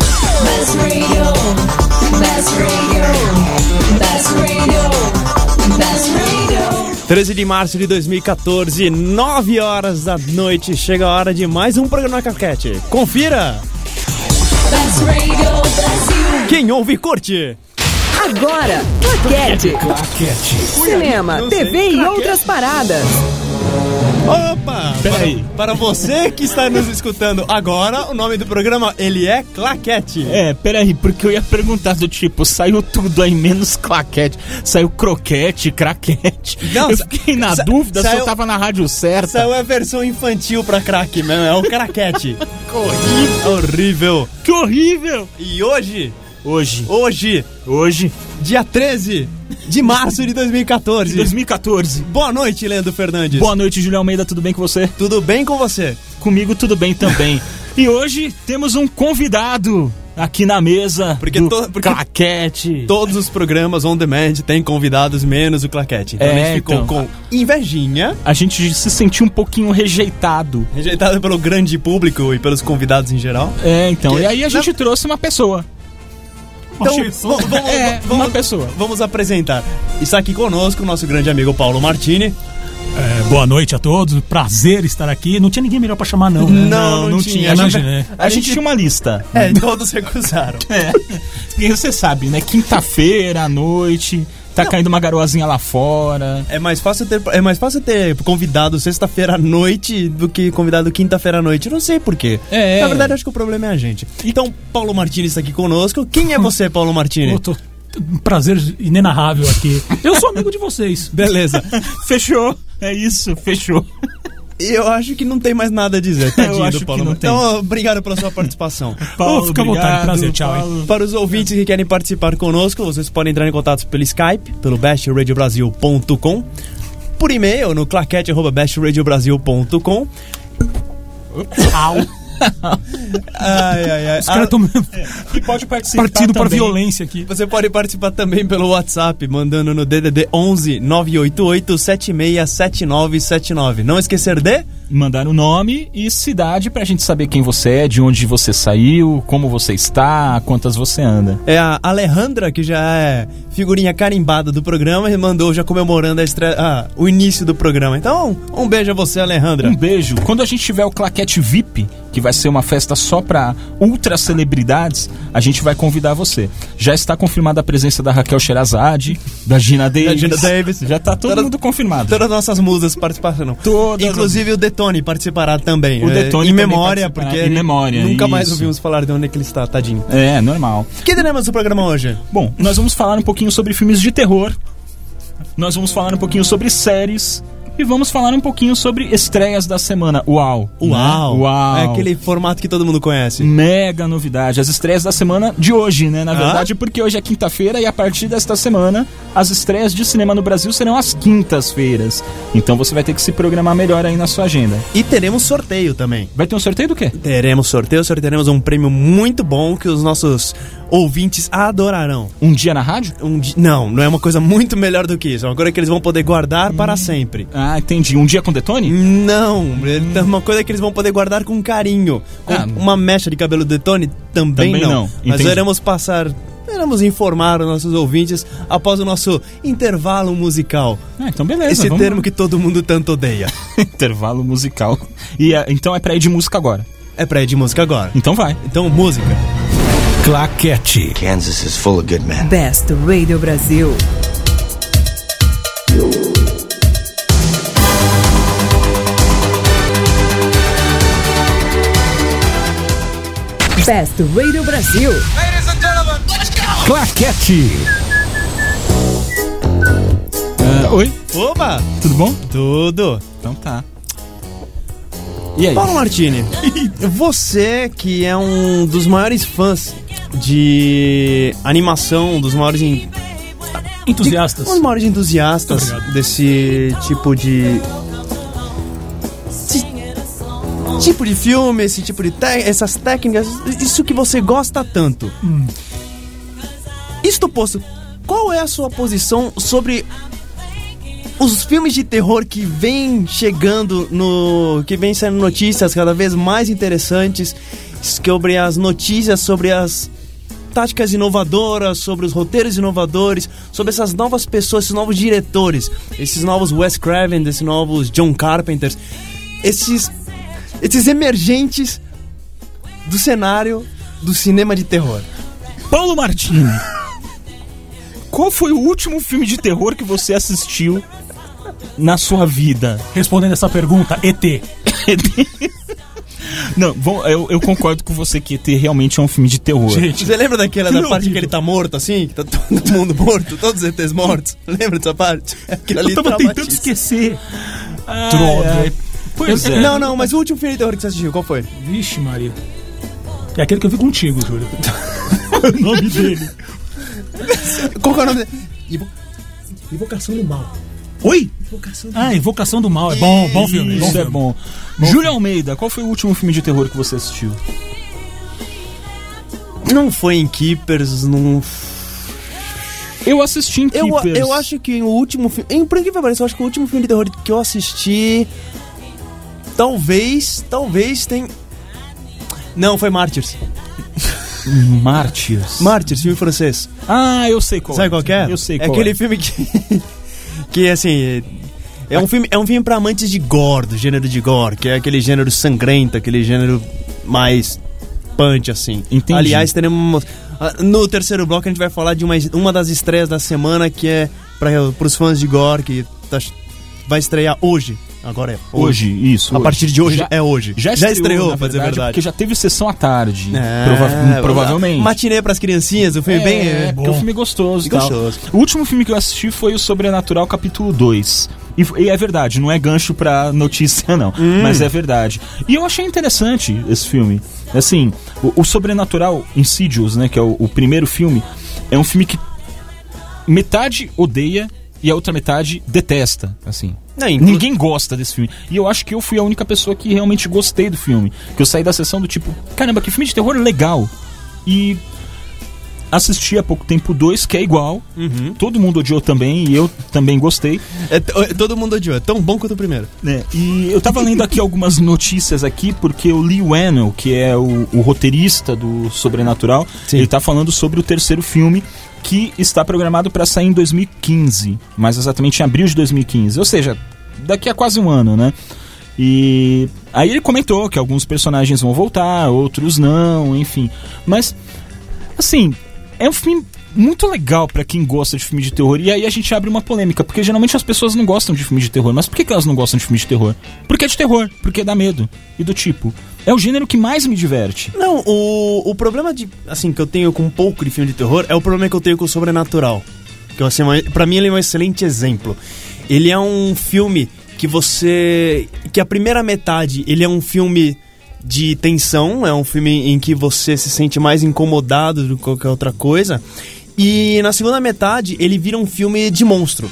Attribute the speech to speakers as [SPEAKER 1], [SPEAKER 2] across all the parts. [SPEAKER 1] Best radio, best radio, best radio, best radio.
[SPEAKER 2] 13 de março de 2014, 9 horas da noite, chega a hora de mais um programa Carquete. Confira!
[SPEAKER 1] Best radio, bless you.
[SPEAKER 2] Quem ouve, curte!
[SPEAKER 3] Agora, Claquete. Cinema,
[SPEAKER 2] não sei.
[SPEAKER 3] TV e outras paradas.
[SPEAKER 2] Opa!
[SPEAKER 4] Peraí.
[SPEAKER 2] Para, para você que está nos escutando agora, o nome do programa, ele é Claquete.
[SPEAKER 4] É, peraí, porque eu ia perguntar do tipo, saiu tudo aí, menos claquete. Saiu croquete, craquete.
[SPEAKER 2] Não,
[SPEAKER 4] eu
[SPEAKER 2] sa-
[SPEAKER 4] fiquei na
[SPEAKER 2] sa-
[SPEAKER 4] dúvida se
[SPEAKER 2] saiu-
[SPEAKER 4] eu tava na rádio certa.
[SPEAKER 2] Essa é a versão infantil pra craque, mesmo, é o craquete. Horrível.
[SPEAKER 4] Que horrível!
[SPEAKER 2] E hoje,
[SPEAKER 4] Hoje,
[SPEAKER 2] hoje,
[SPEAKER 4] hoje,
[SPEAKER 2] dia 13 de março de 2014.
[SPEAKER 4] 2014.
[SPEAKER 2] Boa noite, Leandro Fernandes.
[SPEAKER 4] Boa noite, Julião Almeida, tudo bem com você?
[SPEAKER 2] Tudo bem com você?
[SPEAKER 4] Comigo tudo bem também. e hoje temos um convidado aqui na mesa.
[SPEAKER 2] Porque
[SPEAKER 4] do
[SPEAKER 2] to- porque-
[SPEAKER 4] claquete.
[SPEAKER 2] Todos os programas on demand têm convidados menos o claquete. Então
[SPEAKER 4] É,
[SPEAKER 2] a gente ficou
[SPEAKER 4] então.
[SPEAKER 2] com invejinha,
[SPEAKER 4] A gente se sentiu um pouquinho rejeitado.
[SPEAKER 2] rejeitado pelo grande público e pelos convidados em geral.
[SPEAKER 4] É, então.
[SPEAKER 2] Que-
[SPEAKER 4] E aí a gente trouxe uma pessoa.
[SPEAKER 2] Então,
[SPEAKER 4] Achei
[SPEAKER 2] vamos, vamos-
[SPEAKER 4] É,
[SPEAKER 2] vamos-
[SPEAKER 4] uma pessoa.
[SPEAKER 2] vamos apresentar. Está aqui conosco o nosso grande amigo Paulo Martini.
[SPEAKER 5] É, boa noite a todos, prazer estar aqui. Não tinha ninguém melhor pra chamar, não. né?
[SPEAKER 2] A gente-
[SPEAKER 5] Imaginei.
[SPEAKER 4] A, gente tinha uma lista.
[SPEAKER 2] É, todos recusaram.
[SPEAKER 4] É. E você sabe, né? Quinta-feira à noite, tá caindo uma garoazinha lá fora.
[SPEAKER 2] É mais fácil ter, é mais fácil ter convidado sexta-feira à noite do que convidado quinta-feira à noite. Eu Não sei porquê.
[SPEAKER 4] É.
[SPEAKER 2] Na verdade, acho que o problema é a gente. Então, Paulo Martini está aqui conosco. Quem é você, Paulo Martini?
[SPEAKER 5] Pô, tô- um prazer inenarrável aqui. Eu sou amigo de vocês.
[SPEAKER 2] Beleza.
[SPEAKER 4] Fechou. É isso, fechou.
[SPEAKER 2] E Eu acho que não tem mais nada a dizer. Tadinho
[SPEAKER 4] acho
[SPEAKER 2] do
[SPEAKER 4] que
[SPEAKER 2] Paulo.
[SPEAKER 4] não
[SPEAKER 2] Martini. Então, obrigado pela sua participação.
[SPEAKER 5] Paulo, fica à vontade,
[SPEAKER 4] obrigado,
[SPEAKER 5] prazer, tchau, hein.
[SPEAKER 4] Paulo.
[SPEAKER 2] Para os ouvintes que querem participar conosco, vocês podem entrar em contato pelo Skype, pelo bestradiobrasil.com, por e-mail no claquete@bestradiobrasil.com.
[SPEAKER 5] Au.
[SPEAKER 2] Ai, ai, ai.
[SPEAKER 5] Os Ah, caras estão
[SPEAKER 4] E pode participar
[SPEAKER 5] partindo pra
[SPEAKER 4] Ah, tá também.
[SPEAKER 5] violência aqui.
[SPEAKER 2] Você pode participar também pelo WhatsApp, mandando no DDD 11 988 767979. Não esquecer de.
[SPEAKER 4] Mandar o nome e cidade pra gente saber quem você é, de onde você saiu, como você está, quantas você anda.
[SPEAKER 2] É a Alejandra, que já é figurinha carimbada do programa, e mandou já comemorando a estre- ah, o início do programa. Então, um beijo a você, Alejandra.
[SPEAKER 4] Um beijo. Quando a gente tiver o Claquete VIP, que vai ser uma festa só pra ultra celebridades, a gente vai convidar você. Já está confirmada a presença da Raquel Sherazade, da Gina Davis.
[SPEAKER 2] Gina Davis.
[SPEAKER 4] Já tá todo
[SPEAKER 2] Toda-
[SPEAKER 4] mundo confirmado.
[SPEAKER 2] Todas as nossas musas participaram.
[SPEAKER 4] Todas as-
[SPEAKER 2] Inclusive o Detone participará também.
[SPEAKER 4] O
[SPEAKER 2] É,
[SPEAKER 4] Detone
[SPEAKER 2] Em
[SPEAKER 4] também
[SPEAKER 2] memória,
[SPEAKER 4] participará.
[SPEAKER 2] porque.
[SPEAKER 4] Em
[SPEAKER 2] ele-
[SPEAKER 4] memória,
[SPEAKER 2] Nunca mais
[SPEAKER 4] isso.
[SPEAKER 2] ouvimos falar de onde é que ele está, tadinho.
[SPEAKER 4] É, normal.
[SPEAKER 2] O que teremos no programa hoje?
[SPEAKER 4] Bom, nós vamos falar um pouquinho sobre filmes de terror. Nós vamos falar um pouquinho sobre séries. E vamos falar um pouquinho sobre estreias da semana. Uau! né? Uau!
[SPEAKER 2] É aquele formato que todo mundo conhece.
[SPEAKER 4] Mega novidade. As estreias da semana de hoje, né? Na
[SPEAKER 2] Ah?
[SPEAKER 4] verdade, porque hoje é quinta-feira e a partir desta semana, as estreias de cinema no Brasil serão às quintas-feiras. Então você vai ter que se programar melhor aí na sua agenda.
[SPEAKER 2] E teremos sorteio também.
[SPEAKER 4] Vai ter um sorteio do quê?
[SPEAKER 2] Teremos sorteio, sortearemos um prêmio muito bom que os nossos ouvintes adorarão.
[SPEAKER 4] Um dia na rádio?
[SPEAKER 2] Um di- Não, não é uma coisa muito melhor do que isso. É uma coisa que eles vão poder guardar para sempre.
[SPEAKER 4] Ah, entendi. Um dia com
[SPEAKER 2] Hum.
[SPEAKER 4] Detone?
[SPEAKER 2] Não, ele- é uma coisa que eles vão poder guardar com carinho. Com
[SPEAKER 4] Ah.
[SPEAKER 2] uma mecha de cabelo de Tony também,
[SPEAKER 4] Também
[SPEAKER 2] não.
[SPEAKER 4] não,
[SPEAKER 2] Mas
[SPEAKER 4] entendi.
[SPEAKER 2] iremos passar, iremos informar os nossos ouvintes após o nosso intervalo musical.
[SPEAKER 4] Ah, então beleza.
[SPEAKER 2] Esse
[SPEAKER 4] vamos
[SPEAKER 2] termo
[SPEAKER 4] lá.
[SPEAKER 2] que todo mundo tanto odeia.
[SPEAKER 4] Intervalo musical. E é, então é pra ir de música agora.
[SPEAKER 2] É pra ir de música agora.
[SPEAKER 4] Então vai.
[SPEAKER 2] Então, música.
[SPEAKER 5] Claquete.
[SPEAKER 6] Kansas is full of good men.
[SPEAKER 3] Best Radio Brasil. Best Radio Brasil.
[SPEAKER 4] Claquete! Ah, oi,
[SPEAKER 2] Opa!
[SPEAKER 4] tudo bom?
[SPEAKER 2] Tudo!
[SPEAKER 4] Então tá. E aí?
[SPEAKER 2] Paulo Martini, você que é um dos maiores fãs de animação, um dos maiores en-
[SPEAKER 5] Entusiastas.
[SPEAKER 2] um dos maiores entusiastas
[SPEAKER 5] Muito obrigado.
[SPEAKER 2] desse tipo de esse tipo de filme, esse tipo de te- essas técnicas, isso que você gosta tanto.
[SPEAKER 5] Hum.
[SPEAKER 2] Isto posto, qual é a sua posição sobre os filmes de terror que vêm chegando no. que vêm sendo notícias cada vez mais interessantes sobre as notícias, sobre as táticas inovadoras, sobre os roteiros inovadores, sobre essas novas pessoas, esses novos diretores, esses novos Wes Craven, esses novos John Carpenters, esses, esses emergentes do cenário do cinema de terror.
[SPEAKER 4] Paulo Martini. Qual foi o último filme de terror que você assistiu na sua vida?
[SPEAKER 5] Respondendo essa pergunta, ET.
[SPEAKER 4] Tá Não, bom, eu, eu concordo com você que ET realmente é um filme de terror.
[SPEAKER 5] Gente,
[SPEAKER 2] Você lembra daquela da
[SPEAKER 5] Não,
[SPEAKER 2] parte que
[SPEAKER 5] horrível.
[SPEAKER 2] ele tá morto assim? Que tá todo mundo morto, todos os ETs mortos? Lembra dessa parte? Aquilo tá
[SPEAKER 5] eu tava tentando
[SPEAKER 2] traumatiza.
[SPEAKER 5] esquecer.
[SPEAKER 4] Droga.
[SPEAKER 5] Ai, ai. Pois
[SPEAKER 4] Eu-
[SPEAKER 5] é.
[SPEAKER 2] Não, não, mas o último filme de terror que você assistiu, qual foi?
[SPEAKER 5] Vixe, Maria. É aquele que eu vi contigo, Júlio. o nome dele.
[SPEAKER 2] Qual que é o nome dele?
[SPEAKER 5] Invocação do Mal.
[SPEAKER 4] Oi?
[SPEAKER 5] Ah, Invocação do Mal. É bom, bom filme.
[SPEAKER 4] Isso
[SPEAKER 5] bom
[SPEAKER 4] é
[SPEAKER 5] filme.
[SPEAKER 4] bom. Júlio Almeida, qual foi o último filme de terror que você assistiu?
[SPEAKER 2] Não foi em Keepers, não
[SPEAKER 4] Eu assisti em
[SPEAKER 2] Eu,
[SPEAKER 4] Keepers.
[SPEAKER 2] eu acho que o último filme. Em por incrível que pareça, eu acho que o último filme de terror que eu assisti. Talvez. Talvez tem. Não, foi Martyrs.
[SPEAKER 4] Mártires.
[SPEAKER 2] Martyrs, filme francês.
[SPEAKER 4] ah, eu sei qual.
[SPEAKER 2] Sabe qual que é?
[SPEAKER 4] Eu sei
[SPEAKER 2] é.
[SPEAKER 4] qual.
[SPEAKER 2] aquele filme que. que assim. É um filme, é um filme pra amantes de gore, do gênero de gore, que é aquele gênero sangrento, aquele gênero mais punch, assim.
[SPEAKER 4] Entendi.
[SPEAKER 2] Aliás, teremos. ah, No terceiro bloco a gente vai falar de uma, uma das estreias da semana que é para pros fãs de gore, que tá- vai estrear hoje. Agora é hoje.
[SPEAKER 4] Hoje, isso.
[SPEAKER 2] A
[SPEAKER 4] hoje.
[SPEAKER 2] partir de hoje
[SPEAKER 4] Já-
[SPEAKER 2] é hoje.
[SPEAKER 4] Já estreou, na
[SPEAKER 2] pra dizer a verdade.
[SPEAKER 4] Porque já teve sessão à tarde.
[SPEAKER 2] É,
[SPEAKER 4] prova- provavelmente.
[SPEAKER 2] Matinê pras criancinhas, o filme
[SPEAKER 4] É,
[SPEAKER 2] bem.
[SPEAKER 4] é, porque
[SPEAKER 5] bom.
[SPEAKER 4] o filme é gostoso. e
[SPEAKER 2] Bem
[SPEAKER 4] tal.
[SPEAKER 2] gostoso.
[SPEAKER 4] O último filme que eu assisti foi o Sobrenatural Capítulo 2. E, f- e é verdade, não é gancho pra notícia, não. Mas é verdade. E eu achei interessante esse filme. Assim, o, o Sobrenatural Insidious, né? Que é o, o primeiro filme, é um filme que metade odeia e a outra metade detesta, assim.
[SPEAKER 2] Não, inclu-
[SPEAKER 4] Ninguém gosta desse filme. E eu acho que eu fui a única pessoa que realmente gostei do filme. Que eu saí da sessão do tipo, caramba, que filme de terror legal. E assisti há pouco tempo o dois, que é igual. Todo mundo odiou também, e eu também gostei.
[SPEAKER 2] É t- é, todo mundo odiou, é tão bom quanto o primeiro.
[SPEAKER 4] né? E eu tava lendo aqui algumas notícias aqui, porque o Lee Wannell, que é o, o roteirista do Sobrenatural,
[SPEAKER 2] Sim.
[SPEAKER 4] ele tá falando sobre o terceiro filme que está programado para sair em 2015, mais exatamente em abril de 2015, ou seja, daqui a quase um ano, né? E aí ele comentou que alguns personagens vão voltar, outros não, enfim. Mas assim, é um filme muito legal pra quem gosta de filme de terror. E aí a gente abre uma polêmica, porque geralmente as pessoas não gostam de filme de terror. Mas por que, que elas não gostam de filme de terror? Porque é de terror, porque dá medo. E do tipo, é o gênero que mais me diverte.
[SPEAKER 2] Não, o, o problema de, assim, que eu tenho com um pouco de filme de terror é o problema que eu tenho com o Sobrenatural. Que assim, é uma- pra mim ele é um excelente exemplo. Ele é um filme que você. que a primeira metade ele é um filme de tensão, é um filme em que você se sente mais incomodado do que qualquer outra coisa. E na segunda metade ele vira um filme de monstro.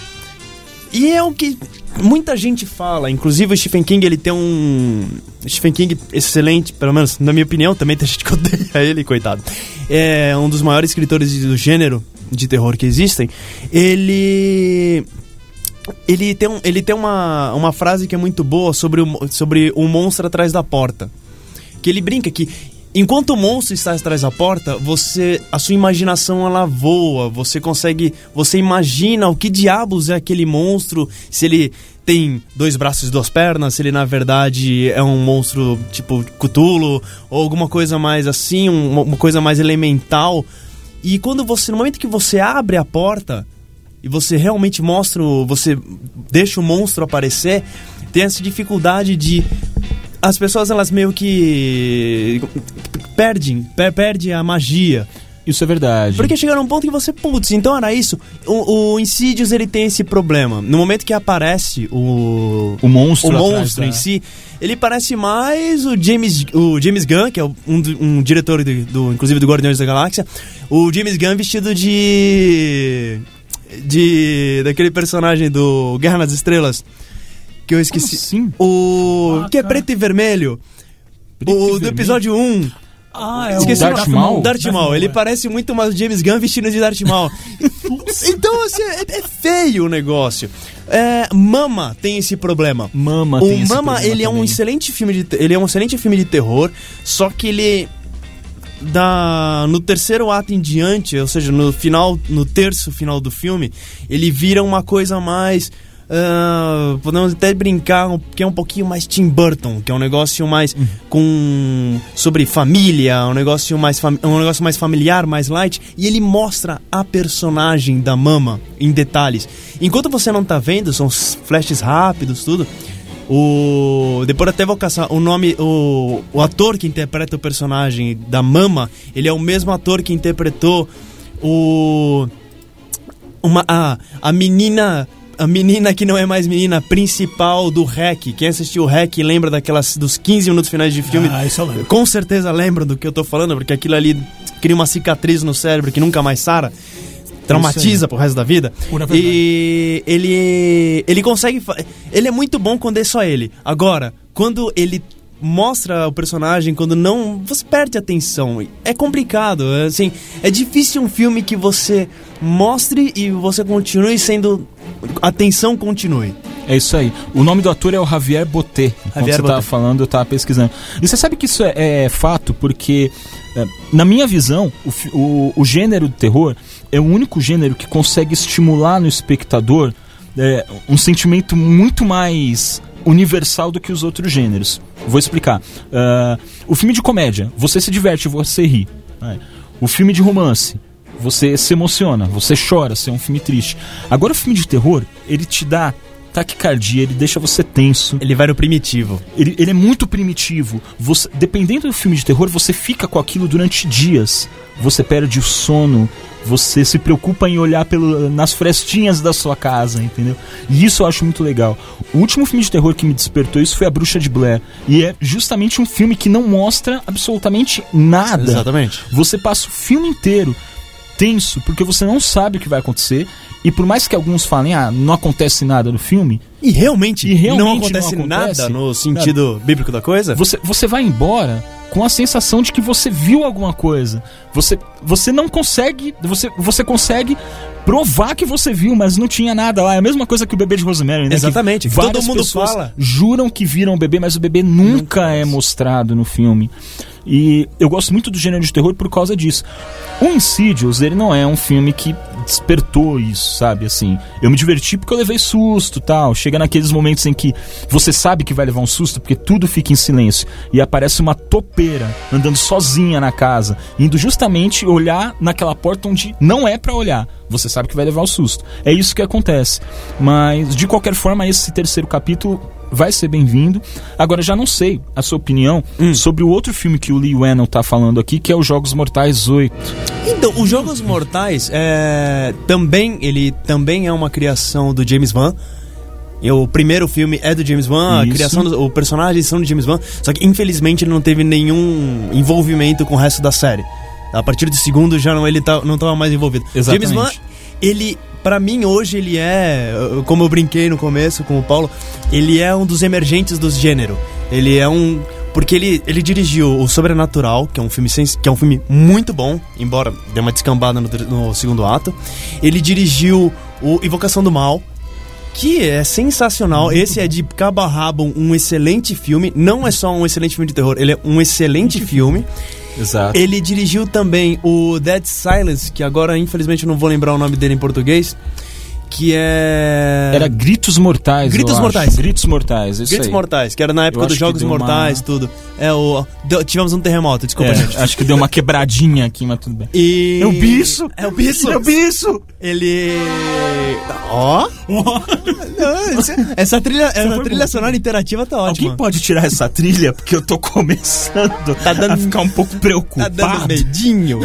[SPEAKER 2] E é o que muita gente fala, inclusive o Stephen King, ele tem um Stephen King excelente, pelo menos na minha opinião, também tem gente que odeia ele, coitado. É um dos maiores escritores do gênero de terror que existem. Ele ele tem, um, ele tem uma, uma frase que é muito boa sobre o, mo- sobre o monstro atrás da porta. Que ele brinca que enquanto o monstro está atrás da porta, você a sua imaginação ela voa, você consegue, você imagina o que diabos é aquele monstro, se ele tem dois braços e duas pernas, se ele na verdade é um monstro tipo Cthulhu ou alguma coisa mais assim, um- uma coisa mais elemental. E quando você, no momento que você abre a porta, e você realmente mostra, o- você deixa o monstro aparecer, tem essa dificuldade de as pessoas elas meio que perdem, per perde a magia.
[SPEAKER 4] Isso é verdade.
[SPEAKER 2] Porque chega num ponto que você, putz, então era isso. O, o Insidious ele tem esse problema. No momento que aparece o
[SPEAKER 4] o monstro.
[SPEAKER 2] o
[SPEAKER 4] atrás né?
[SPEAKER 2] monstro
[SPEAKER 4] da-
[SPEAKER 2] em si, ele parece mais o James, o James Gunn, que é um, do- um diretor, do, do- inclusive, do Guardiões da Galáxia. O James Gunn vestido de... de daquele personagem do Guerra nas Estrelas, que eu esqueci.
[SPEAKER 4] assim? tá.
[SPEAKER 2] O...
[SPEAKER 5] Ah,
[SPEAKER 2] que é
[SPEAKER 5] cara.
[SPEAKER 2] preto e vermelho.
[SPEAKER 4] Preto
[SPEAKER 2] o
[SPEAKER 4] e
[SPEAKER 2] do
[SPEAKER 4] vermelho? Oh,
[SPEAKER 2] episódio 1.
[SPEAKER 5] Ah, é
[SPEAKER 2] Esqueci
[SPEAKER 5] o
[SPEAKER 4] Darth Maul?
[SPEAKER 2] Darth Maul.
[SPEAKER 4] é.
[SPEAKER 2] Ele parece muito mais o James Gunn vestido de Darth Maul. então, assim, é, é feio o negócio. É, Mama tem esse problema.
[SPEAKER 4] Mama tem
[SPEAKER 2] O
[SPEAKER 4] esse
[SPEAKER 2] Mama,
[SPEAKER 4] problema
[SPEAKER 2] ele é um
[SPEAKER 4] também.
[SPEAKER 2] excelente filme de te- ele é um excelente filme de terror, só que ele da no terceiro ato em diante, ou seja, no final, no terço final do filme, ele vira uma coisa mais ah, podemos até brincar um- que é um pouquinho mais Tim Burton, que é um negócio mais
[SPEAKER 4] Hum.
[SPEAKER 2] com sobre família, um negócio mais fami- um negócio mais familiar, mais light, e ele mostra a personagem da Mama em detalhes. Enquanto você não tá vendo, são s- flashes rápidos, tudo. O depois até vou caçar o nome o, o ator que interpreta o personagem da Mama, ele é o mesmo ator que interpretou o uma a, a menina a menina que não é mais menina principal do REC. Quem assistiu o REC lembra daquelas dos 15 minutos finais de filme.
[SPEAKER 5] Ah, isso eu lembro.
[SPEAKER 2] Com certeza lembra do que eu tô falando, porque aquilo ali cria uma cicatriz no cérebro que nunca mais sara. Traumatiza pro resto da vida.
[SPEAKER 5] Pura verdade.
[SPEAKER 2] E ele ele consegue fa- ele é muito bom quando é só ele. Agora, quando ele mostra o personagem quando não você perde a atenção é complicado é assim é difícil um filme que você mostre e você continue sendo a atenção continue
[SPEAKER 4] É isso aí. O nome do ator é o Javier Botet. Quando
[SPEAKER 2] Javier
[SPEAKER 4] você tá tava
[SPEAKER 2] Botet.
[SPEAKER 4] falando, eu tava pesquisando. E você sabe que isso é, é fato, porque, é, na minha visão, o, fi- o- o gênero do terror é o único gênero que consegue estimular no espectador é, um sentimento muito mais universal do que os outros gêneros. Vou explicar. Ah, o filme de comédia, você se diverte, você ri. né? O filme de romance, você se emociona, você chora, você é um filme triste. Agora o filme de terror, ele te dá taquicardia, ele deixa você tenso.
[SPEAKER 2] ele vai no primitivo
[SPEAKER 4] Ele, ele é muito primitivo. Você- dependendo do filme de terror, você fica com aquilo durante dias. Você perde o sono, você se preocupa em olhar pelo- nas frestinhas da sua casa, entendeu? E isso eu acho muito legal. O último filme de terror que me despertou isso foi A Bruxa de Blair. E é justamente um filme que não mostra absolutamente nada.
[SPEAKER 2] exatamente
[SPEAKER 4] Você passa o filme inteiro tenso, porque você não sabe o que vai acontecer. E por mais que alguns falem, ah, não acontece nada no filme,
[SPEAKER 2] E realmente,
[SPEAKER 4] E realmente
[SPEAKER 2] não, acontece
[SPEAKER 4] não acontece
[SPEAKER 2] nada no sentido bíblico da coisa?
[SPEAKER 4] você, você vai embora com a sensação de que você viu alguma coisa. Você, você não consegue. Você, você consegue provar que você viu, mas não tinha nada lá. É a mesma coisa que o bebê de Rosemary, né? Que
[SPEAKER 2] Exatamente, que todo
[SPEAKER 4] várias
[SPEAKER 2] mundo
[SPEAKER 4] pessoas
[SPEAKER 2] fala.
[SPEAKER 4] Juram que viram o bebê, mas o bebê nunca é mostrado no filme. E eu gosto muito do gênero de terror por causa disso. O Insidious, ele não é um filme que despertou isso, sabe? Assim, eu me diverti porque eu levei susto tal. Chega naqueles momentos em que você sabe que vai levar um susto porque tudo fica em silêncio. E aparece uma topeira andando sozinha na casa, indo justamente olhar naquela porta onde não é pra olhar. Você sabe que vai levar o susto. É isso que acontece. Mas, de qualquer forma, esse terceiro capítulo vai ser bem-vindo. Agora, já não sei a sua opinião sobre o outro filme que o Lee Whannell tá falando aqui, que é o Jogos Mortais 8.
[SPEAKER 2] Então, os Jogos Mortais é, também ele também é uma criação do James Wan. E o primeiro filme é do James Wan,
[SPEAKER 4] Isso.
[SPEAKER 2] a criação dos os personagens são do James Wan, só que infelizmente ele não teve nenhum envolvimento com o resto da série. A partir do segundo já não ele tá, não estava mais envolvido.
[SPEAKER 4] Exatamente.
[SPEAKER 2] James Wan, ele para mim hoje ele é, eh, como eu brinquei no começo com o Paulo, ele é um dos emergentes do gênero. Ele é um porque ele, ele dirigiu o Sobrenatural, que é um filme sens- que é um filme muito bom, embora dê uma descambada no, ter- no segundo ato. Ele dirigiu o Invocação do Mal, que é sensacional. Esse é de cabo a rabo um excelente filme. Não é só um excelente filme de terror, ele é um excelente filme.
[SPEAKER 4] Exato.
[SPEAKER 2] Ele dirigiu também o Dead Silence, que agora infelizmente eu não vou lembrar o nome dele em português, que é
[SPEAKER 4] Era Gritos Mortais.
[SPEAKER 2] Gritos
[SPEAKER 4] eu acho.
[SPEAKER 2] Mortais.
[SPEAKER 4] Gritos Mortais, isso
[SPEAKER 2] Gritos
[SPEAKER 4] aí.
[SPEAKER 2] Mortais, que era na época
[SPEAKER 4] acho
[SPEAKER 2] dos
[SPEAKER 4] que
[SPEAKER 2] Jogos
[SPEAKER 4] deu uma-
[SPEAKER 2] Mortais, tudo. É o deu- tivemos um terremoto, desculpa, gente.
[SPEAKER 4] É, acho que deu uma quebradinha aqui, mas tudo bem.
[SPEAKER 2] E
[SPEAKER 4] É o bicho!
[SPEAKER 2] É o bicho.
[SPEAKER 4] É o bicho!
[SPEAKER 2] Ele ó, Não, essa- essa trilha, essa
[SPEAKER 4] foi
[SPEAKER 2] trilha
[SPEAKER 4] bom.
[SPEAKER 2] sonora interativa tá
[SPEAKER 4] Alguém
[SPEAKER 2] ótima.
[SPEAKER 4] pode tirar essa trilha? Porque eu tô começando
[SPEAKER 2] Tá dando-
[SPEAKER 4] a ficar um pouco
[SPEAKER 2] Tá
[SPEAKER 4] preocupado.
[SPEAKER 2] dando medinho.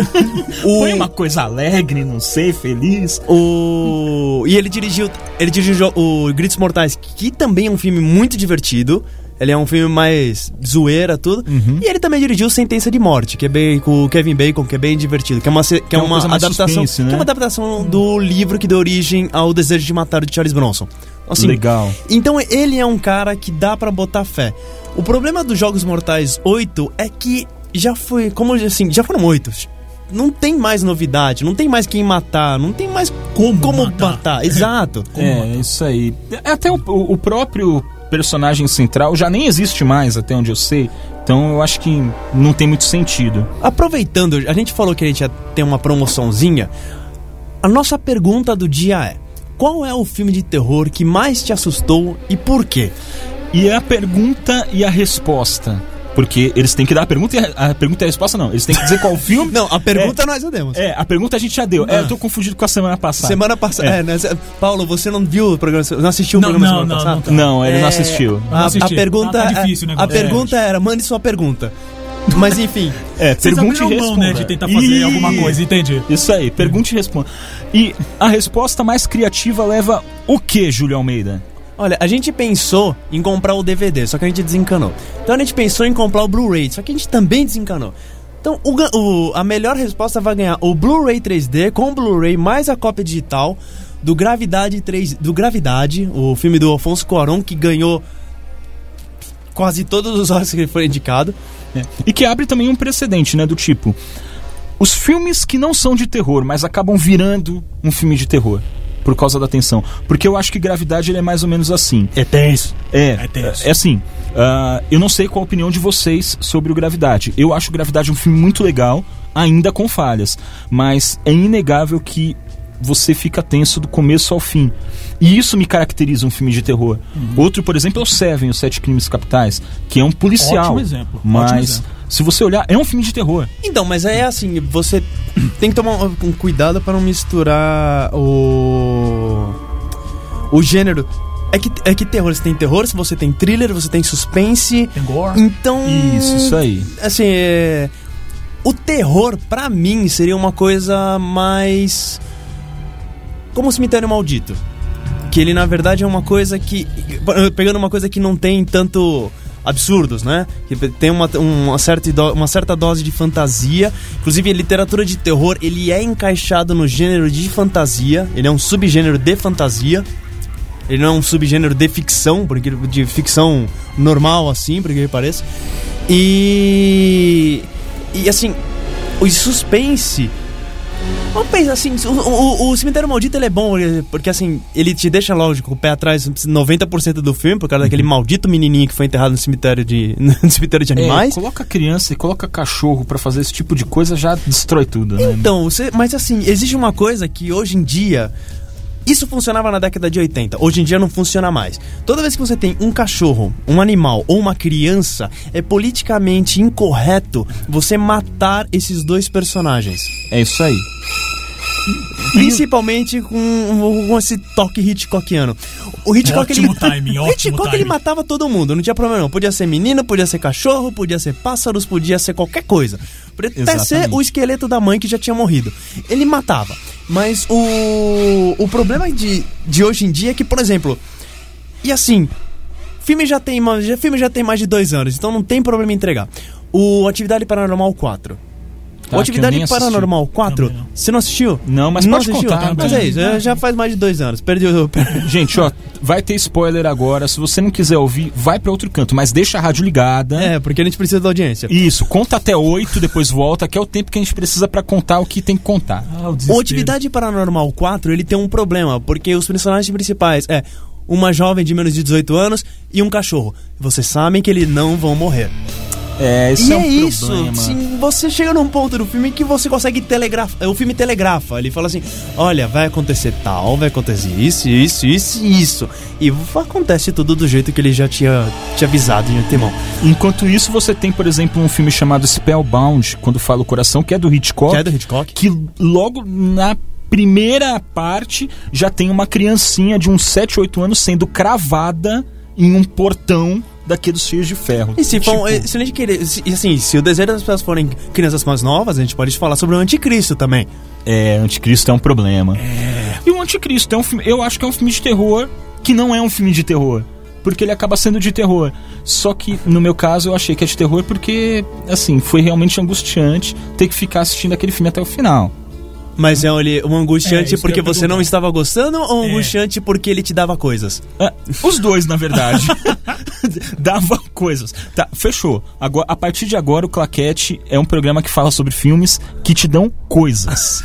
[SPEAKER 4] Põe uma coisa alegre, não sei, feliz.
[SPEAKER 2] O... E ele dirigiu, ele dirigiu jo- o Gritos Mortais, que também é um filme muito divertido. Ele é um filme mais zoeira, tudo.
[SPEAKER 4] Uhum.
[SPEAKER 2] E ele também dirigiu Sentença de Morte, que é bem com o Kevin Bacon, que é bem divertido. Que é uma, se- que é
[SPEAKER 4] uma
[SPEAKER 2] uma,
[SPEAKER 4] coisa mais
[SPEAKER 2] adaptação.
[SPEAKER 4] suspense, né?
[SPEAKER 2] Que é uma adaptação do livro que deu origem ao Desejo de Matar de Charles Bronson. Assim,
[SPEAKER 4] Legal.
[SPEAKER 2] Então ele é um cara que dá pra botar fé. O problema dos Jogos Mortais 8 é que já foi, como eu disse, assim, já foram oito. Não tem mais novidade, não tem mais quem matar, não tem mais como, matar. Exato.
[SPEAKER 4] É, isso aí. Até o, o próprio personagem central já nem existe mais, até onde eu sei. Então eu acho que não tem muito sentido.
[SPEAKER 2] Aproveitando, a gente falou que a gente ia ter uma promoçãozinha. A nossa pergunta do dia é: qual é o filme de terror que mais te assustou e por quê?
[SPEAKER 4] E é a pergunta e a resposta. Porque eles têm que dar a pergunta e a, a pergunta e a resposta, não. Eles têm que dizer qual filme.
[SPEAKER 2] Não, a pergunta nós já demos.
[SPEAKER 4] É, a pergunta a gente já deu. É, eu tô confundido com a semana passada.
[SPEAKER 2] Semana passada.
[SPEAKER 4] É.
[SPEAKER 2] é, né? Cê- Paulo, você não viu o programa? Não assistiu o
[SPEAKER 5] Não,
[SPEAKER 2] programa
[SPEAKER 5] não,
[SPEAKER 2] semana
[SPEAKER 5] não,
[SPEAKER 2] passada?
[SPEAKER 5] não tá.
[SPEAKER 4] Não, ele não
[SPEAKER 2] É,
[SPEAKER 4] assistiu.
[SPEAKER 5] Não
[SPEAKER 2] A, a
[SPEAKER 5] assisti.
[SPEAKER 2] pergunta, é-
[SPEAKER 5] Tá- tá difícil o
[SPEAKER 2] a
[SPEAKER 5] negócio.
[SPEAKER 2] pergunta era: mande sua pergunta. Mas enfim,
[SPEAKER 4] É,
[SPEAKER 5] Vocês
[SPEAKER 4] pergunte e
[SPEAKER 5] abriram mão,
[SPEAKER 4] responda.
[SPEAKER 5] né, de tentar fazer
[SPEAKER 4] Ih!
[SPEAKER 5] alguma coisa, entendi.
[SPEAKER 4] Isso aí, pergunte e responda. E a resposta mais criativa leva o que, Júlio Almeida?
[SPEAKER 2] olha, a gente pensou em comprar o DVD, só que a gente desencanou. Então a gente pensou em comprar o Blu-ray, só que a gente também desencanou. Então o ga- o- a melhor resposta vai ganhar o Blu-ray 3D com o Blu-ray mais a cópia digital do Gravidade 3, do Gravidade, o filme do Alfonso Cuarón que ganhou quase todos os Oscars que ele foi indicado.
[SPEAKER 4] E que abre também um precedente, né? Do tipo. Os filmes que não são de terror, mas acabam virando um filme de terror. Por causa da tensão. Porque eu acho que gravidade ele é mais ou menos assim.
[SPEAKER 5] É tenso.
[SPEAKER 4] É,
[SPEAKER 5] É tenso.
[SPEAKER 4] é assim. ah, eu não sei qual a opinião de vocês sobre o Gravidade. Eu acho o Gravidade um filme muito legal, ainda com falhas. Mas é inegável que você fica tenso do começo ao fim. E isso me caracteriza um filme de terror.
[SPEAKER 5] Uhum.
[SPEAKER 4] Outro, por exemplo, é o Seven, Os Sete Crimes Capitais, que é um policial.
[SPEAKER 5] Ótimo exemplo,
[SPEAKER 4] Mas,
[SPEAKER 5] ótimo exemplo.
[SPEAKER 4] se você olhar, é um filme de terror.
[SPEAKER 2] Então, mas aí é assim, você tem que tomar um um cuidado para não misturar o o gênero. É que é que terror, você tem terror, se você tem thriller, você tem suspense.
[SPEAKER 5] Tem gore.
[SPEAKER 2] Então,
[SPEAKER 4] É. Isso, isso aí.
[SPEAKER 2] assim, é, o terror pra mim seria uma coisa mais como o cemitério maldito, que ele na verdade é uma coisa que pegando uma coisa que não tem tanto absurdos, né? Que tem uma, uma, certa, ido- uma certa dose de fantasia. Inclusive, a literatura de terror ele é encaixado no gênero de fantasia. Ele é um subgênero de fantasia. Ele não é um subgênero de ficção, porque de ficção normal assim, porque parece. E e assim, o suspense. Vamos pensar assim, o, o- o Cemitério Maldito ele é bom, ele- porque assim, ele te deixa lógico o pé atrás 90% do filme, por causa daquele maldito menininho que foi enterrado no cemitério de, no cemitério de
[SPEAKER 4] É,
[SPEAKER 2] animais.
[SPEAKER 4] Coloca criança e coloca cachorro pra fazer esse tipo de coisa já destrói tudo, né?
[SPEAKER 2] Então, você, mas assim, existe uma coisa que hoje em dia. Isso funcionava na década de 80, hoje em dia não funciona mais. Toda vez que você tem um cachorro, um animal ou uma criança, é politicamente incorreto você matar esses dois personagens.
[SPEAKER 4] É isso aí.
[SPEAKER 2] Principalmente com, com esse toque Hitchcockiano. O Hitchcock,
[SPEAKER 5] Ótimo
[SPEAKER 2] ele,
[SPEAKER 5] timing,
[SPEAKER 2] o
[SPEAKER 5] ótimo
[SPEAKER 2] Hitchcock
[SPEAKER 5] timing.
[SPEAKER 2] ele matava todo mundo, não tinha problema não. Podia ser menino, podia ser cachorro, podia ser pássaros, podia ser qualquer coisa. Podia até
[SPEAKER 4] Exatamente.
[SPEAKER 2] ser o esqueleto da mãe que já tinha morrido. Ele matava. Mas o, o problema de, de hoje em dia é que, por exemplo, e assim, filme já tem mais, já- filme já tem mais de dois anos, então não tem problema em entregar. O Atividade Paranormal 4.
[SPEAKER 4] Tá,
[SPEAKER 2] o
[SPEAKER 4] que eu
[SPEAKER 2] Atividade
[SPEAKER 4] nem assisti.
[SPEAKER 2] Paranormal 4,
[SPEAKER 5] Também não.
[SPEAKER 2] você não assistiu?
[SPEAKER 4] Não, mas
[SPEAKER 2] não
[SPEAKER 4] pode
[SPEAKER 2] assistiu?
[SPEAKER 4] contar,
[SPEAKER 2] Mas
[SPEAKER 4] também.
[SPEAKER 2] é isso, é, já faz mais de dois anos. Perdi o.
[SPEAKER 4] Gente, ó, vai ter spoiler agora. Se você não quiser ouvir, vai pra outro canto, mas deixa a rádio ligada.
[SPEAKER 2] É, porque a gente precisa da audiência.
[SPEAKER 4] Isso, conta até oito, depois volta, que é o tempo que a gente precisa pra contar o que tem que contar.
[SPEAKER 5] Ah, o
[SPEAKER 2] O
[SPEAKER 5] desespero.
[SPEAKER 2] Atividade Paranormal 4, ele tem um problema, porque os personagens principais é uma jovem de menos de 18 anos e um cachorro. Vocês sabem que eles não vão morrer.
[SPEAKER 4] É, isso
[SPEAKER 2] e
[SPEAKER 4] é, um
[SPEAKER 2] é isso.
[SPEAKER 4] problema.
[SPEAKER 2] Sim, você chega num ponto do filme que você consegue telegrafar. O filme telegrafa. Ele fala assim: olha, vai acontecer tal, vai acontecer isso, isso, isso e isso. E acontece tudo do jeito que ele já tinha te avisado em antemão.
[SPEAKER 4] Enquanto isso, você tem, por exemplo, um filme chamado Spellbound, Quando Fala o Coração, que é do Hitchcock.
[SPEAKER 2] Que é do Hitchcock?
[SPEAKER 4] que logo na primeira parte já tem uma criancinha de uns 7, 8 anos sendo cravada em um portão daqueles fios de ferro.
[SPEAKER 2] E se for, um
[SPEAKER 4] Tipo,
[SPEAKER 2] se a gente querer, se- e assim, se o desejo das pessoas forem crianças mais novas, a gente pode falar sobre o anticristo também.
[SPEAKER 4] É, Anticristo é um problema. E o Anticristo é um filme. Eu acho que é um filme de terror que não é um filme de terror. Porque ele acaba sendo de terror. Só que, no meu caso, eu achei que é de terror porque, assim, foi realmente angustiante ter que ficar assistindo aquele filme até o final.
[SPEAKER 2] Mas é ele, um
[SPEAKER 5] É,
[SPEAKER 2] angustiante
[SPEAKER 5] isso que
[SPEAKER 2] porque
[SPEAKER 5] eu ia
[SPEAKER 2] você não
[SPEAKER 5] perguntar.
[SPEAKER 2] estava gostando ou um
[SPEAKER 5] É.
[SPEAKER 2] angustiante porque ele te dava coisas?
[SPEAKER 4] Ah, os dois, na verdade. Dava coisas. Tá, fechou. Agora, a partir de agora, o Claquete é um programa que fala sobre filmes que te dão coisas.